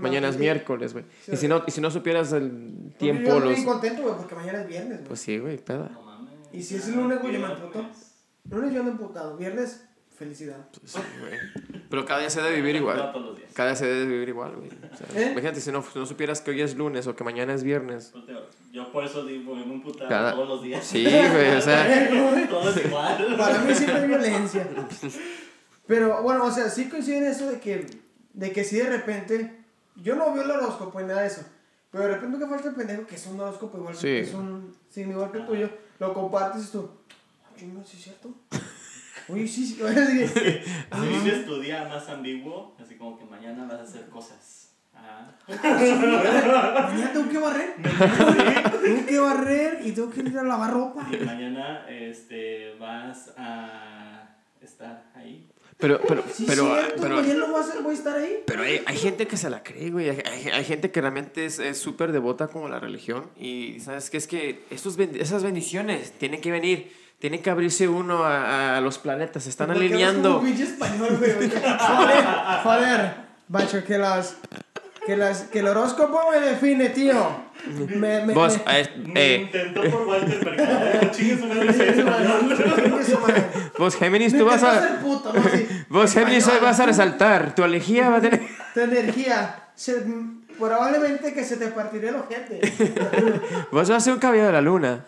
Mañana es miércoles, güey. Sí, Y si no, y si no supieras el Porque Yo tiempo, estoy los... bien contento, güey, porque mañana es viernes, güey. Pues sí, güey, peda. No mames. pues. Y si es el lunes, güey, yo me Viernes. emputo. Lunes yo ando emputado, viernes, felicidad. Pues sí, güey. Pero cada día se debe vivir igual. Todos los días. Cada día se debe vivir igual, güey. O sea, ¿Eh? Imagínate, si no, si no supieras que hoy es lunes o que mañana es viernes. Pues, tío, Yo por eso digo, me emputaba Cada- todos los días. Sí, güey, o sea... Todo es igual. Para mí siempre hay violencia. Pero bueno, o sea, sí coincide en eso de que, de que si de repente, yo no veo el horóscopo ni nada de eso, pero de repente que falta el pendejo que es un horóscopo igual, Sí. que es un signo igual que el tuyo, lo compartes y tú, "Ah, chinga, sí es cierto. Oye, sí, sí, ahora sí que- Si dices tu día más ambiguo, así como que mañana vas a hacer cosas. Ah. mañana tengo que barrer, tengo que barrer y tengo que ir a lavar ropa. Y mañana este, vas a estar ahí. Pero, pero, Sí, es pero, cierto, pero, mañana voy a, hacer- voy a estar ahí. Pero hay, hay gente que se la cree, güey. Hay, hay- hay gente que realmente es es súper devota como la religión. Y sabes que es que estos, ben- esas bendiciones tienen que venir. Tienen que abrirse uno a, a los planetas. Se están ¿Por qué hablas alineando. como pinche español, güey? Joder, joder. Macho, que las. Que las. Que el horóscopo me define, tío. Me. me. Vos, me- a es- Me eh, intentó por Walter Mercado. Chingue su madre, soy español. Chingue su madre. vos, Géminis, Me tú vas encantó ser a. puto, ¿no? Sí. Vos, Géminis, hoy Español. vas a resaltar. Tu elegía va a tener. Tu energía. se- probablemente que se te partirá el ojete. Vos vas a ser un cabello de la luna.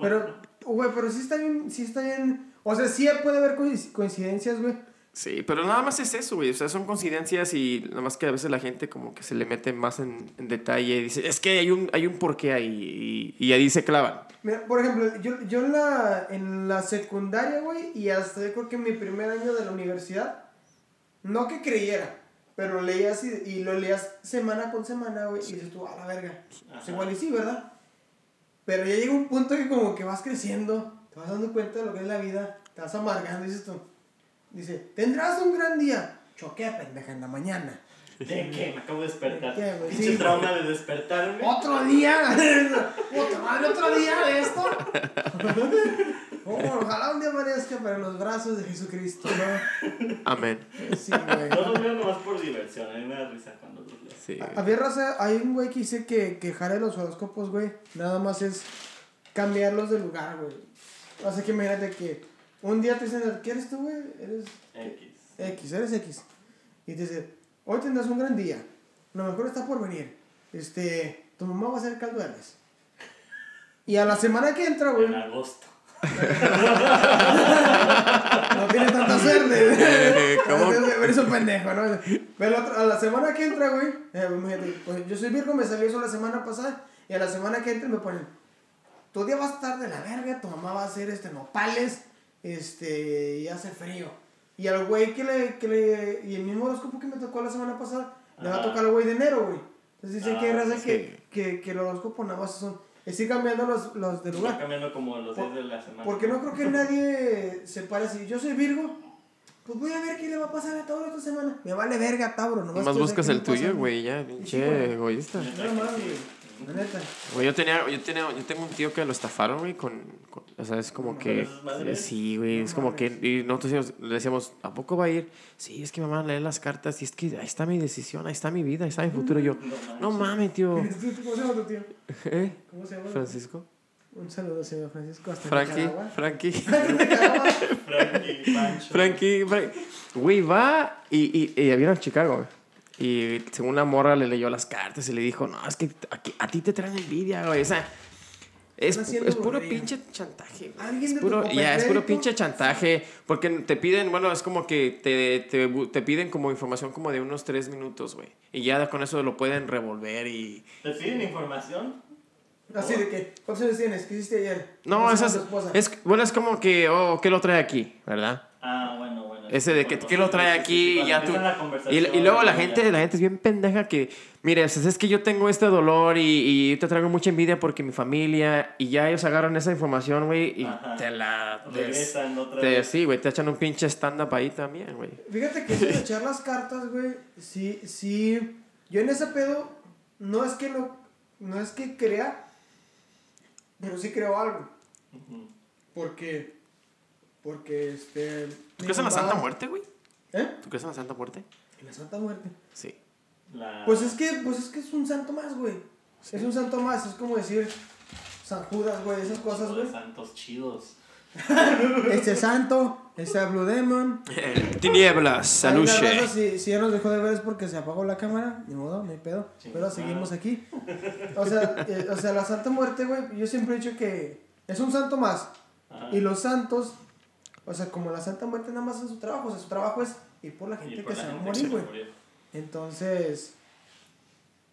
Pero, güey, pero sí está bien. Sí está bien. O sea, sí puede haber coinc- coincidencias, güey. Sí, pero nada más es eso, güey. O sea, son coincidencias y nada más que a veces la gente como que se le mete más en, en detalle y dice, es que hay un, hay un porqué ahí. Y, y ahí se clavan. Mira, por ejemplo, yo, yo en, la, en la secundaria, güey, y hasta yo creo que en mi primer año de la universidad, no que creyera, pero leías y, y lo leías semana con semana, güey, y dices tú, a la verga. Pues Ajá. igual y sí, ¿verdad? Pero ya llega un punto que como que vas creciendo, te vas dando cuenta de lo que es la vida, te vas amargando, y dices tú. Dice, tendrás un gran día. Choqué, pendeja, en la mañana. ¿De qué? Me acabo de despertar. ¿De qué, güey? Oh. Pinche Sí, trauma de despertarme. ¡Otro día! ¡Puta madre, otro día de esto! Oh, ojalá un día amanezca para los brazos de Jesucristo, ¿no? Amén. Sí, güey. No los veo nomás por diversión. A mí me da risa cuando los leo. Sí. A- Había raza, hay un güey que dice que quejar de los horóscopos, güey, nada más es cambiarlos de lugar, güey. O sea que imagínate que un día te dicen, ¿qué eres tú, güey? Eres X. X, eres X. Y te dice, hoy tendrás un gran día. Lo mejor está por venir. Este, tu mamá va a hacer caldo de res". Y a la semana que entra, güey, En agosto. no tiene tanta suerte. ¿Cómo? Eres un pendejo, ¿no? Pero otra- a la semana que entra, güey, eh, imagínate, pues, yo soy Virgo, me salió eso la semana pasada. Y a la semana que entra me ponen, tu día va a estar de la verga, tu mamá va a hacer este, nopales, este, y hace frío. Y al güey que le, que le, y el mismo horóscopo que me tocó la semana pasada, le va a Ajá. tocar al güey de enero, güey. Entonces dice que hay Ah, raza sí. que, que, que el horóscopo nada más son, es ir cambiando los, los de Está lugar. cambiando como los días de la semana. Porque no creo que nadie se pare así. Yo soy Virgo. Pues voy a ver qué le va a pasar a Tauro esta semana. Me vale verga, Tauro. nomás Más quiero ver buscas qué el me pasa a tuyo, mí. güey, ya, güey. pinche egoísta. No más, güey. La neta. Güey, yo tenía, yo tenía, yo tengo un tío que lo estafaron, güey, con, con- o sea, es como que, esas madres. sí, güey, es como que, y nosotros decíamos- le decíamos, ¿a poco va a ir? Sí, es que mamá lee las cartas y es que ahí está mi decisión, ahí está mi vida, ahí está mi futuro. Y Yo, no mames, tío. ¿Cómo se llama tu tío? ¿Eh? ¿Cómo se llama? Francisco, Un saludo, señor Francisco. Hasta Frankie, Nicaragua. Frankie. Nicaragua. Frankie, Pancho. Frankie, Frank- güey, va y, y, y vino a Chicago, güey. Y según la morra le leyó las cartas y le dijo, no, es que aquí- a ti te traen envidia, güey. O sea, Es, Están haciendo es puro brujería. pinche chantaje, güey. ¿Alguien Es de tu puro, ya, es puro cooperativo? pinche chantaje. Porque te piden, bueno, es como que te, te, bu- te piden como información como de unos tres minutos, güey. Y ya con eso lo pueden revolver y... ¿Te piden información? Así de que, ¿cuántos tienes? ¿Qué hiciste ayer? No, ¿Cómo se eso llama es, tu esposa? es- Bueno, es como que, oh, ¿qué lo trae aquí? ¿Verdad? Ah, bueno, bueno. Ese de que, Bueno, ¿qué lo sí, trae sí, aquí? sí, Y cuando ya tú- empiezan la y, conversación, y luego la ya- gente, la gente es bien pendeja que, mire, pues, es que yo tengo este dolor y, y te traigo mucha envidia porque mi familia, y ya ellos agarran esa información, güey, y Ajá. te la... des- Regresan otra te- vez. sí, güey, te echan un pinche stand-up ahí también, güey. Fíjate que eso de echar las cartas, güey, sí, sí. Yo en ese pedo, no es que lo, no es que crea, pero sí creo algo. Ujú. Porque, porque este. ¿Tú crees en la Santa papá- Muerte, güey? ¿Eh? ¿Tú crees en la Santa Muerte? En la Santa Muerte. Sí. La- Ah. Pues es que, pues es que es un santo más, güey. Es un santo más, es como decir San Judas, güey, esas cosas, Los güey. santos chidos. Este santo, este Blue Demon. Tinieblas, Ahí la Saluche. raza, Si, si ya nos dejó de ver es porque se apagó la cámara, ni modo, ni pedo. Pero Chingada. seguimos aquí. O sea, eh, o sea, la Santa Muerte, güey, yo siempre he dicho que es un santo más. Ajá. Y los santos, o sea, como la Santa Muerte nada más es su trabajo, o sea, su trabajo es ir por la Y gente por que la se va a gente que se morir, güey. murió. Entonces,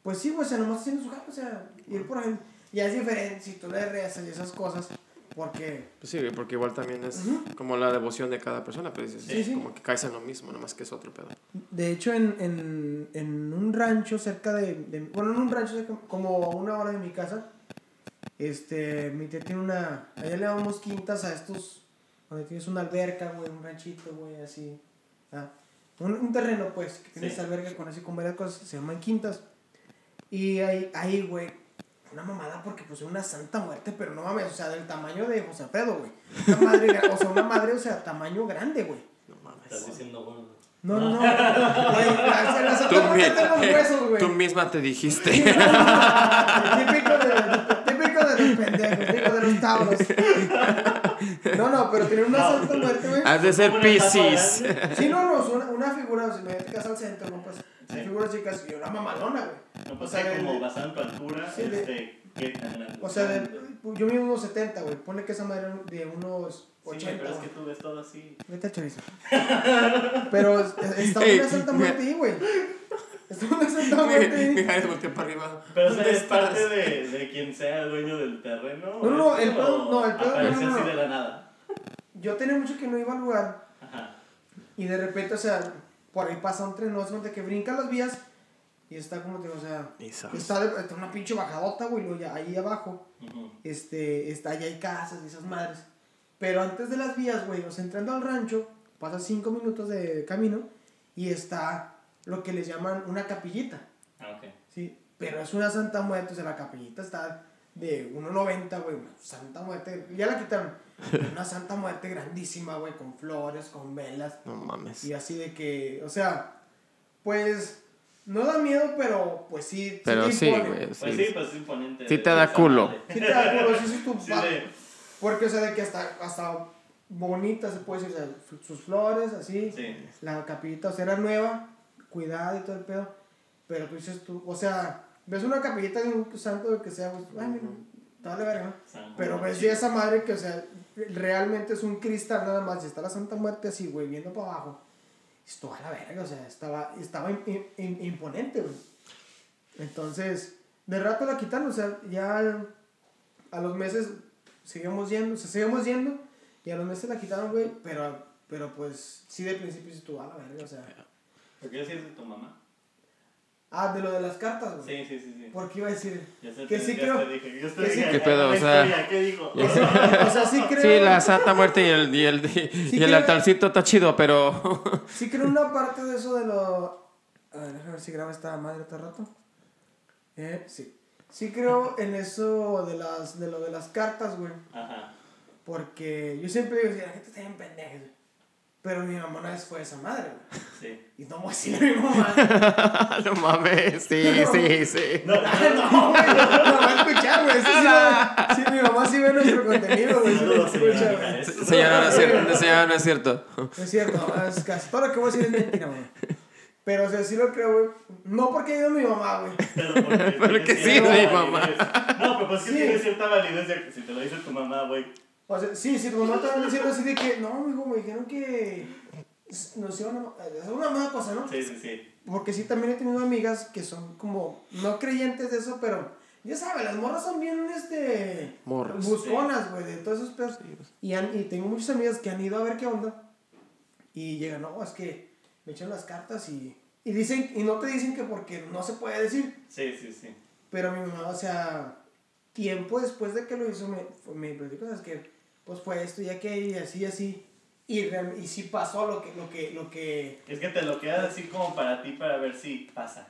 pues sí, güey, o sea, nomás haciendo su jale, o sea, ir por la gente. Ya es diferente si tú le rezas y esas cosas, porque Pues sí, güey, porque igual también es Ujú. como la devoción de cada persona, pero es, Sí, sí. como que caes en lo mismo, nada más que es otro pedo. De hecho, en, en, en un rancho cerca de, de- Bueno, en un rancho cerca- como a una hora de mi casa. Este, mi tía tiene una. Allá le llamamos quintas a estos. Donde tienes una alberca, güey, un ranchito, güey, así. ah, un, un terreno, pues, que tienes Sí. alberca con así, con varias cosas, se llaman quintas. Y ahí, ahí, güey, una mamada porque pues una santa muerte, pero no mames, o sea, del tamaño de José Pedro, güey. Una madre, gra- o sea, una madre, o sea, tamaño grande, güey. No Estás mames. diciendo gordo. No, no, no. Güey, la, la Tú, Santa Muerte está con mi- huesos, güey. tú misma te dijiste. Típico de, típico de los pendejos, típico de los tablos. No, no, pero tener una Santa Muerte, güey. Has de ser Una estatua Pisces. grande. Sí, no, no, es una, una figura, si me dedicas al centro, ¿no? Pues hay figuras chicas y una mamalona, güey. No pasa O sea, de- Pues como bastante altura. sí, de- este, ¿qué tan grande? O sea, de, pues, Sí, yo mido unos 70, güey. Pone que esa madre era de unos güey, 80. pero es que güey. tú ves todo así. Vete al chorizo. Pero es- está Ey, una Santa Muerte ahí, güey. Está una Santa Muerte ahí. Mi Jared volteó para arriba. Pero o ¿Dónde sea, es estás? parte de, de quien sea dueño del terreno. No, no, ¿o el es pedo- o no, el pedo- Aparece no, no, así no. de la nada. Yo tenía mucho que no iba al lugar Ajá. y de repente, o sea, por ahí pasa un tren, no es cuenta que brinca las vías y está como te digo, o sea, Y sabes. está, de- está una pinche bajadota, güey, luego ya ahí abajo, Ujú. este, está, allá hay casas y esas madres. Pero antes de las vías, güey, o sea, entrando al rancho, pasa cinco minutos de camino y está lo que les llaman una capillita, Ah, ok. ¿sí? Pero es una Santa Muerte, o sea, la capillita está de 1.90, güey, una Santa Muerte, ya la quitaron. pero Una Santa Muerte grandísima, güey, con flores, con velas. No mames. Pues, Y así de que, o sea, pues no da miedo, pero pues sí. Pero te sí, impone. güey. Pues sí, Sí. pues es imponente. Sí te Esa da culo. madre. Sí te da culo, sí, sí, tu Sí, pa- de- Porque, o sea, de que hasta, hasta bonita se puede decir, o sea, su- sus flores, así. sí. La capillita, o sea, era nueva, cuidada y todo el pedo. Pero tú dices tú, o sea, ves una capillita de un santo de que sea, pues, ay, mira, dale verga. ¿no? San Pero Juan, ves chido. ya esa madre que, o sea, realmente es un cristal nada más. Y está la Santa Muerte así, güey, viendo para abajo. Esto a la verga, o sea, estaba, estaba im- im- im- imponente, güey. Entonces, de rato la quitaron, o sea, ya al- a los meses seguimos yendo, o sea, seguimos yendo. Y a los meses la quitaron, güey, pero, pero pues sí de principio dices tú, a la verga, o sea. ¿Por qué decías de tu mamá? Ah, de lo de las cartas, güey. Sí, sí, sí. sí. Porque iba a decir, Ya sé, que te- sí ya creo. te dije, ya te que sí dije, creo. ¿Qué pedo? la O sea, historia, ¿Qué dijo? ya sé. o sea, sí creo. Sí, la Santa Muerte y el, y el, y el creo- altarcito está chido, pero. Sí creo una parte de eso de lo... A ver, déjame ver si graba esta madre otro rato. Eh, sí. Sí creo en eso de, las, de lo de las cartas, güey. Ajá. Porque yo siempre digo, "Sí, la gente está bien pendeja. güey". Pero mi mamá una vez fue esa madre, güey. Sí. Y no voy a decirle a mi mamá. no mames. Sí, sí, sí. No, no, güey. No va a escuchar, güey. Sí, sí, va- sí, mi mamá sí ve nuestro contenido, güey. Sí, lo Saludos, señora escucha, güey. Mijares. Señora, no es cierto. Señora, no es cierto. No es cierto, es casi todo lo que voy a decir es mentira, güey. Pero, o sea, sí lo creo, güey. No porque diga mi mamá, güey. Pero porque, Pero tiene que sí, cierta güey, validez. No, pero pues es que Sí. tiene cierta validez de que si te lo dice tu mamá, güey. O sea, sí, si tu mamá te va diciendo así de que, no, hijo, me dijeron que nos iban a... eh, Es una mala cosa, ¿no? Sí, sí, sí. Porque sí, también he tenido amigas que son como no creyentes de eso, pero ya sabes, las morras son bien, este... Morras. Busconas, güey, de todos esos pedos. Y, han- y tengo muchas amigas que han ido a ver qué onda. Y llegan, no, es que me echan las cartas y... Y dicen, y no te dicen que porque no se puede decir. Sí, sí, sí. Pero mi mamá, o sea, tiempo después de que lo hizo, me, fue- me platicó, "Es que, pues fue esto y aquello y así y así. Y, real- y sí pasó lo que, lo que, lo que... Es que te lo quedas así como para ti para ver si pasa.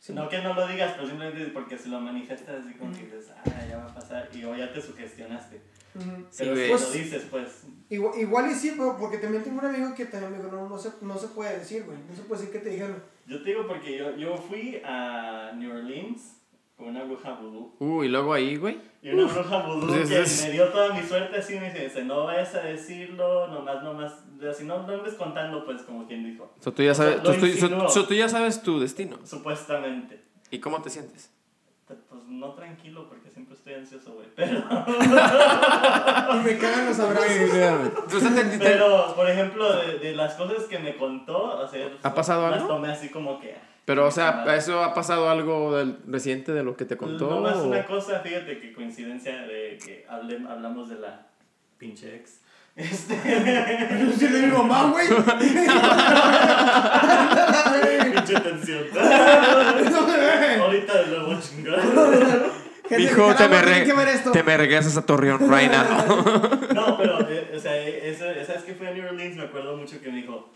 Sí. No que no lo digas, pero simplemente porque si lo manifestas así como que dices, ah, ya va a pasar. Y o ya te sugestionaste. Ujú. Sí, Pero güey. si Pues- lo dices, pues. Igual, igual y sí, pero porque también tengo un amigo que también me dijo, no, no se, no se puede decir, güey. No se puede decir que te dijeron. Yo te digo porque yo, yo fui a New Orleans con una bruja vudú. Uh, y luego ahí, güey. Y una bruja vudú Pues que es- me dio toda mi suerte así me dice, no vayas a decirlo, nomás, nomás, si no, no andes contando, pues como quien dijo, So, tú, ya sabes, O sea, tú, lo tú- so- insinuó. so, tú ya sabes tu destino. supuestamente. ¿Y cómo te sientes? T- Pues no tranquilo porque siempre estoy ansioso, güey. Pero, Y me cagan los abrazos. Tú estás en- pero, pero, por ejemplo, de, de las cosas que me contó, o sea, ¿Ha pasado las algo? tomé así como que... o sea, ¿eso ha pasado algo del- reciente de lo que te contó? No más o- una cosa, fíjate que coincidencia de que hable- hablamos de la pinche ex. Este, Pero sí de mi mamá, güey. Gente, pinche tensión. Ahorita lo voy a chingar. Hijo, te algo me, "Ah, tiene re- que ver esto. te me regresas a Torreón right now. No, pero, eh, o sea, eh, eso, esa vez que fui a New Orleans me acuerdo mucho que me dijo,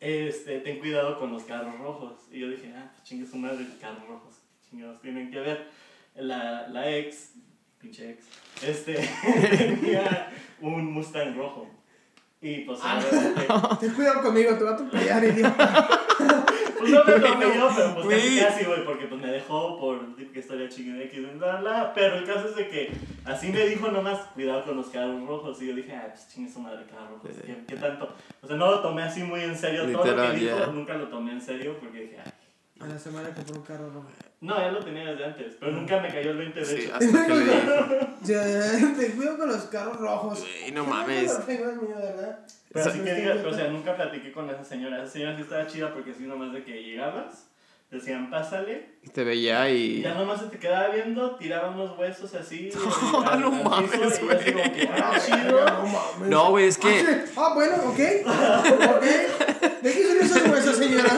este, ten cuidado con los carros rojos. Y yo dije, ah, pues chingue su madre, carros rojos, ¿qué chingados tienen que ver. La, la ex, pinche ex, este, tenía un Mustang rojo. Y pues, obviamente, Ten cuidado conmigo, te va a atropellar, idiota. pues no me tomé yo, pero pues casi, Güey. casi, güey, porque pues me dejó por que historia chingada X, bla, bla. Pero el caso es de que así me dijo nomás, cuidado con los carros rojos. Y yo dije, ah, pues chingue su madre, carros rojos, ¿qué, qué tanto? O sea, no lo tomé así muy en serio todo lo Literal, que dijo, ya. nunca lo tomé en serio porque dije, ah, A la semana compré un carro rojo. no, ya lo tenía desde antes, pero nunca me cayó el 20 de Sí, hecho. hasta que le dijo. Ya, te cuido con los carros rojos. Güey, no mames. Los tengo en mí, ¿verdad? Pero así Sí, que sí, digas, sí. o sea, nunca platiqué con esa señora. Esa señora sí estaba chida porque así nomás de que llegabas, decían, pásale. Y te veía Y y... ya nomás se te quedaba viendo, tiraba unos huesos así. No, al- no al mames, piso, y así güey. como que, ah, chido. No mames. No, güey, es Ah, que... sí. Ah, bueno, ok. Ok. ¿De qué son esos huesos, señora?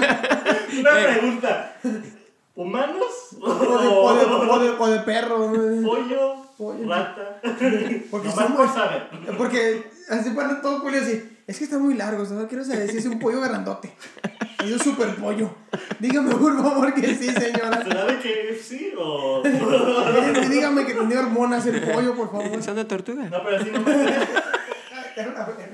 Una Eh. pregunta. ¿Humanos? O de, o de, o ¿O de- o de perro. ¿no? pollo? Pollo. ¿Rata? Porque Porque está Nomás muy- por saber. Porque así ponen todo culio así. Es que está muy largo, o sea, no quiero saber si es un pollo grandote. Es un super pollo. Dígame, por favor, que sí, señora. ¿Será de KFC o...? Eh, Dígame que tenía hormonas el pollo, por favor. Son de tortuga. No, pero así nomás... Era una verga.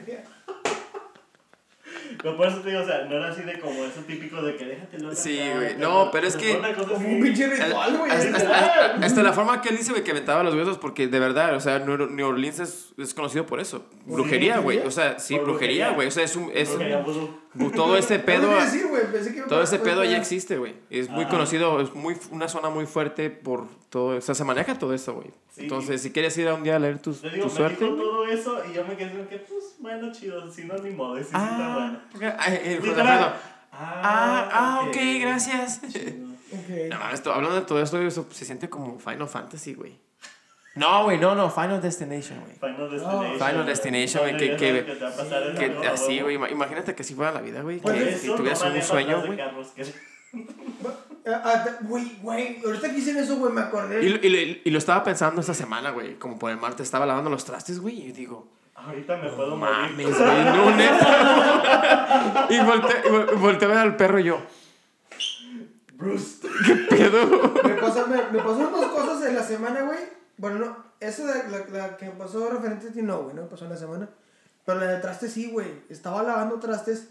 Pero por eso te digo, o sea, no era así de como eso típico de que déjatelo. Sí, güey. No, pero es que- Como un pinche ritual, güey. Así- Hasta, hasta- hasta la forma que él dice, güey, que aventaba los huesos, porque de verdad, o sea, New New Orleans es, es conocido por eso. Brujería, güey. O sea, sí, Por brujería. brujería, güey. O sea, es un... Es un- Eso... todo este No pedo... lo iba a decir, güey, pensé que- Todo ese pedo ya existe, güey. Es muy pues, Ajá. conocido, es muy, una zona muy fuerte por todo. O sea, se maneja todo eso, güey. Sí. Entonces, si quieres ir a un día a leer tus- Te tu digo, me suerte. dijo güey. todo eso y yo me quedé como que, pues, bueno, chido, si no, ni modo, y si sí está bueno. Ah, ah, eh, Juan Literal. Alfredo. Ah, ah, ok, gracias. Chido. Ok. No mames, esto- hablando de todo esto, güey, eso se siente como Final Fantasy, güey. No, güey, no, no, Final Destination, güey. Final Destination. Oh. Final Destination, güey, que- que- te va a Pues pasar en la Que vida, así, güey, ima- imagínate que así fuera la vida, güey. Por Que eso si tuvieras no un manejas sueño, atrás de güey. carros, que- Ah, ah, te- Güey, güey, ahorita que dicen eso, güey, me acordé. Y, lo- y lo- y lo estaba pensando esta semana, güey. Como por el martes estaba lavando los trastes, güey. Y digo, Ahorita me puedo morir. Mames, güey, no, neta. Y volte- y vol- volteé a ver al perro y yo, Bruce. ¿qué pedo? Me, pasó- me, me pasaron dos cosas en la semana, güey. Bueno, no, esa de la, la que me pasó referente a ti, no, güey, no me pasó en la semana. Pero la de trastes sí, güey. Estaba lavando trastes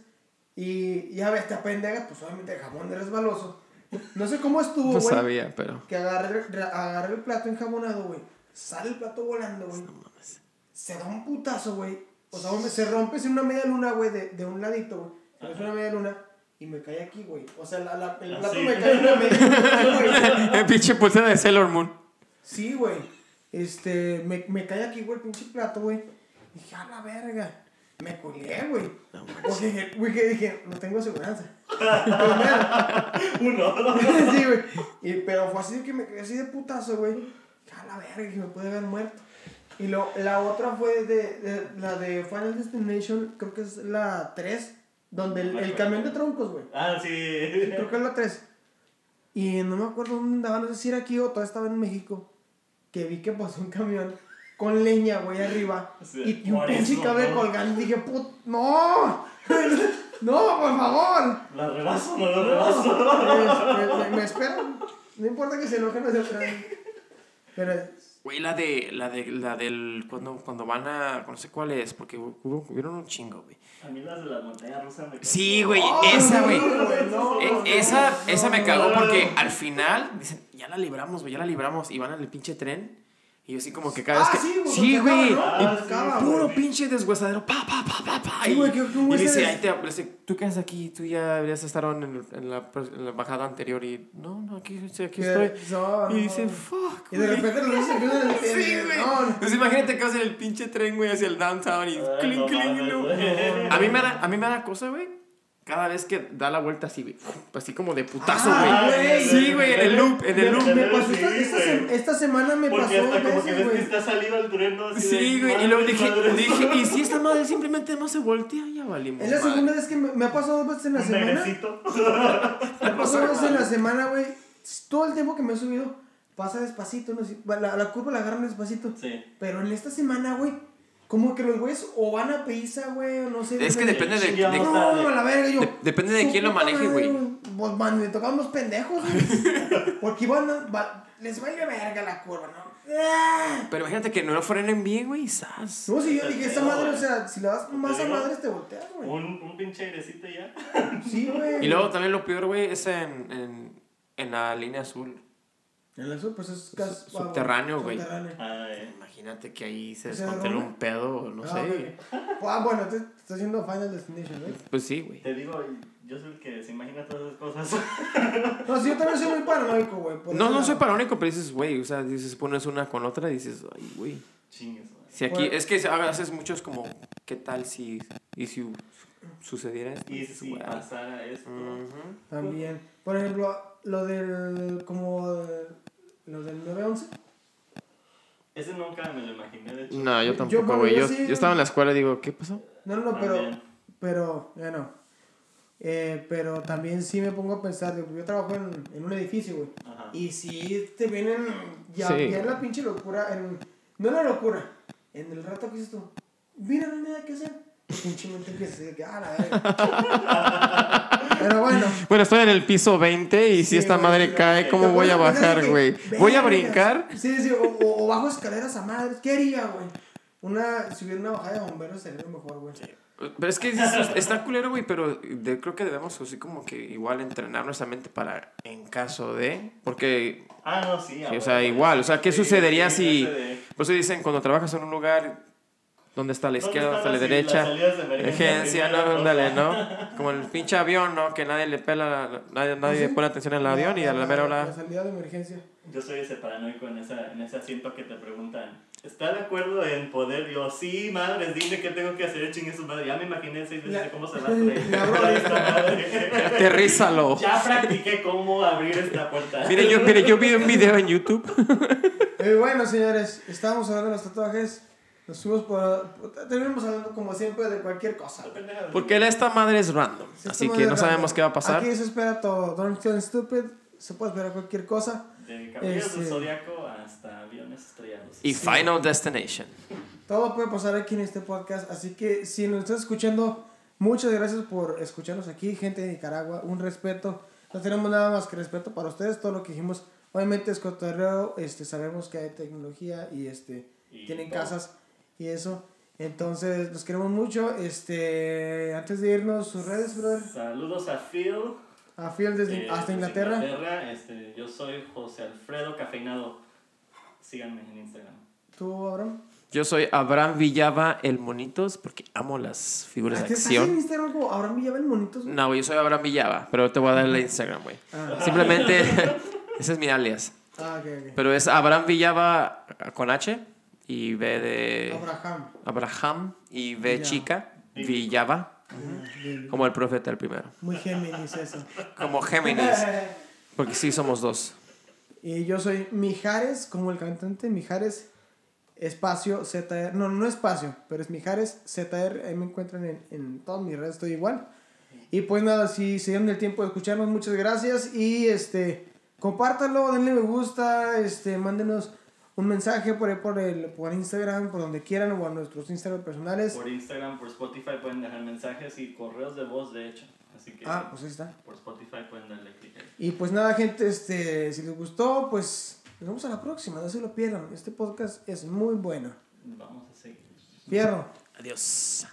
y ya ves, te pendeja, pues obviamente el jabón es resbaloso. No sé cómo estuvo, No güey. sabía, pero. Que agarré, re- agarré el plato enjabonado, güey. Sale el plato volando, güey. Se da un putazo, güey. O sea, hombre, se rompe sin una media luna, güey, de, de un ladito, güey. Es una media luna. y me cae aquí, güey. O sea, la, la- el Ah, plato sí. me cae en la mesa, güey. Pinche pulsera de Sailor Moon. Sí, güey. Este, me, me cae aquí, güey, el pinche plato, güey. Dije, a la verga. Me colgué, güey. Porque dije, güey, que dije, no tengo seguridad. Uno. sí, güey. Y, pero fue así que me quedé así de putazo, güey. Dije, A la verga, que me puede haber muerto. Y lo, la otra fue de, de- la de Final Destination, creo que es la 3, donde el, el camión de troncos, güey. Ah, sí. Creo que es la 3. Y no me acuerdo dónde andaba, no sé si era aquí o todavía estaba en México. Que vi que pasó un camión con leña, güey, arriba. Sí, y- y un por pinche eso, cable ¿no? colgando. Y dije, put, no, no, por favor. La rebaso, no la rebaso. me, me- me esperan. No importa que se enojen, no se esperan. Pero Güey, la de, la de, la del, cuando, cuando van a, no sé cuál es, porque hubo- hubieron un chingo, güey. A mí las de la montaña rusa me Sí, güey, Eh, Oh, esa, no, güey. no, E- no, esa, no, esa me no, cagó no, porque no. al final dicen, ya la libramos, güey, ya la libramos. Y van al pinche tren. Y yo así como que cada vez Ah, que. sí, güey, Sí, cuando güey. acaba, ¿no? y Cuando acaba, puro güey. pinche desguazadero. Pa, pa, pa, pa, pa. Sí, y- güey, que- que un y güey se dice, des- ahí te, le dice, tú quedas aquí, tú ya deberías estar en, el- en la, en la bajada anterior. Y no, no, aquí, aquí que- estoy. no, Y no. dice, fuck. Y de güey". repente los dos se empiezan a Sí, güey. No, no. Pues imagínate que vas en el pinche tren, güey, hacia el downtown y Ay, clink, no clink, mames, no. güey. A mí, me da, a mí me da cosa, güey. Cada vez que da la vuelta así, güey. Así como de putazo, güey. Ah, güey. sí, güey, en el loop, en el Me- loop. Me pasó Sí, Pues esta, esta güey. sem- esta semana me Porque pasó hasta dos como que veces, ves que güey. está salido el trueno. así de, Sí, güey. Y madre, luego dije, madre. dije, y si esta madre simplemente no se voltea, ya valimos. Es la madre. segunda vez que me, me ha pasado dos veces en la Un semana. negrecito. Me ha pasado dos veces en la semana, güey. Todo el tiempo que me he subido pasa despacito. no sé, La, la curva la agarran despacito. Sí. Pero en esta semana, güey, como que los güeyes o van a prisa, güey, o no sé. Es que güey. depende de. Chingado. de- No, a la verga, yo. De- depende de su quién lo puta maneje, madre, güey. Pues, man, me tocaban los pendejos, güey. Porque iban. a- va- les vale verga la curva, ¿no? ¡Ah! pero imagínate que no lo frenen bien, güey, y zas. No, si yo dije, esta No, madre, o güey. sea, si le das Te más a digo. madres, te volteas, güey. Un, un pinche airecito y ya. Sí, güey. Y luego también lo peor, güey, es en, en, en la línea azul. En eso, pues es gas- Sub- subterráneo, güey. subterráneo. Ay. Imagínate que ahí se ¿O sea, descontrola Roma? un pedo, o no Ah, sé. güey. Ah, bueno, te te estás haciendo Final Destination, ¿eh? Pues sí, güey. Te digo, yo soy el que se imagina todas esas cosas. No, si yo también soy muy paranoico, güey. por No, ese no soy lado. parónico, pero dices, güey, o sea, dices, pones una con otra y dices, ay, güey. Chingues, güey. Si aquí, Bueno. es que a veces muchos como, ¿qué tal si, y si sucediera esto? Y Dices, si güey, pasara esto. Pues ujú. También. Por ejemplo, lo del. como. eh, lo del 911. Ese nunca me lo imaginé, de hecho. No, yo Yo, tampoco, bueno, güey. yo Yo, sí- yo estaba en la escuela y digo, ¿qué pasó? No, no, no, pero. También. Pero, ya no. Eh, pero también sí me pongo a pensar, digo, yo trabajo en, en un edificio, güey. Ajá. Y si te vienen. Ya, Sí. ya en la pinche locura. En, no en la locura. En el rato que dices tú. Mira, no hay nada que hacer. Pinche mente empieza a decir que, ah, la verga. pero bueno. Bueno, estoy en el piso 20 y si Sí, esta güey, madre sí, cae, sí. ¿cómo Te voy a pones pensar bajar, que, güey? ¿Voy a vergas. brincar? Sí, sí, o, o- o bajo escaleras a madres. ¿Qué haría, güey? Una, subir una bajada de bomberos sería lo mejor, güey. Pero es que dices, está culero, güey, pero de- creo que debemos así como que igual entrenar nuestra mente para en caso de... Porque Ah, no, sí. ah, Sí, o bueno. sea, igual, o sea, ¿qué Sí, sucedería sí, si- ese de- Por eso dicen, cuando trabajas en un lugar, donde está la ¿Dónde están izquierda, hasta la las- derecha? las salidas de emergencia Emergencia, primero, no, ándale, ¿no? Como el pinche avión, ¿no? Que nadie le pela, nadie, nadie Sí. pone atención al avión y a la mera La hora. salida de emergencia. Yo soy ese paranoico en, esa, en ese asiento que te preguntan, ¿está de acuerdo en poder? Yo, sí, madre, dime qué tengo que hacer, chingue su madre. Ya me imaginé seis veces La- de cómo se va a abrir La abro esta madre. Aterrízalo. Ya practiqué cómo abrir esta puerta. Mire, yo, mire, yo vi un video en YouTube. Eh, bueno, señores, estábamos hablando de los tatuajes. Nos fuimos por. Terminamos hablando, como siempre, de cualquier cosa. güey. Porque esta madre es random. Sí, Así está que muy no raro. sabemos qué va a pasar. Aquí se espera todo. Don't feel stupid. Se puede esperar cualquier cosa. De Caballeros del Este- Zodíaco hasta aviones estrellados. Y Final Destination. Todo puede pasar aquí en este podcast. Así que si nos estás escuchando, muchas gracias por escucharnos aquí, gente de Nicaragua. Un respeto. No tenemos nada más que respeto para ustedes. Todo lo que dijimos, obviamente, es cotorreo. Este, sabemos que hay tecnología y este, Y tienen todo. casas y eso. Entonces, los queremos mucho. Este, antes de irnos, sus redes, brother. Saludos a Phil. A Fiel desde eh, hasta desde Inglaterra. Inglaterra. Este, yo soy José Alfredo Cafeinado. Síganme en Instagram. Tú, Abraham. Yo soy Abraham Villava el Monitos porque amo las figuras Ah, de ¿Te estás en acción. Instagram como Abraham Villava el monitos? güey? No, güey, yo soy Abraham Villava, pero te voy a dar el Instagram, güey. Ah, Simplemente, ese es mi alias. ah, ok, ok. Pero es Abraham Villava con H y B de Abraham. Abraham y B Villava. chica, Villava, Bien. como el profeta el primero. Muy Géminis eso. Como Géminis, porque sí somos dos. Y yo soy Mijares, como el cantante Mijares, espacio ZR. No, no espacio, pero es Mijares ZR. Ahí me encuentran en, en todas mis redes, estoy igual. Y pues nada, si se dieron el tiempo de escucharnos, muchas gracias. Y este, compártanlo, denle me gusta, este, mándenos un mensaje por, ahí por, el, por Instagram, por donde quieran, o a nuestros Instagram personales. Por Instagram, por Spotify pueden dejar mensajes y correos de voz, de hecho. Así que Ah, pues ahí está. por Spotify pueden darle clic ahí. Y pues nada, gente, este, si les gustó, pues nos vemos a la próxima, no se lo pierdan. Este podcast es muy bueno. Vamos a seguir. Pierro. Adiós.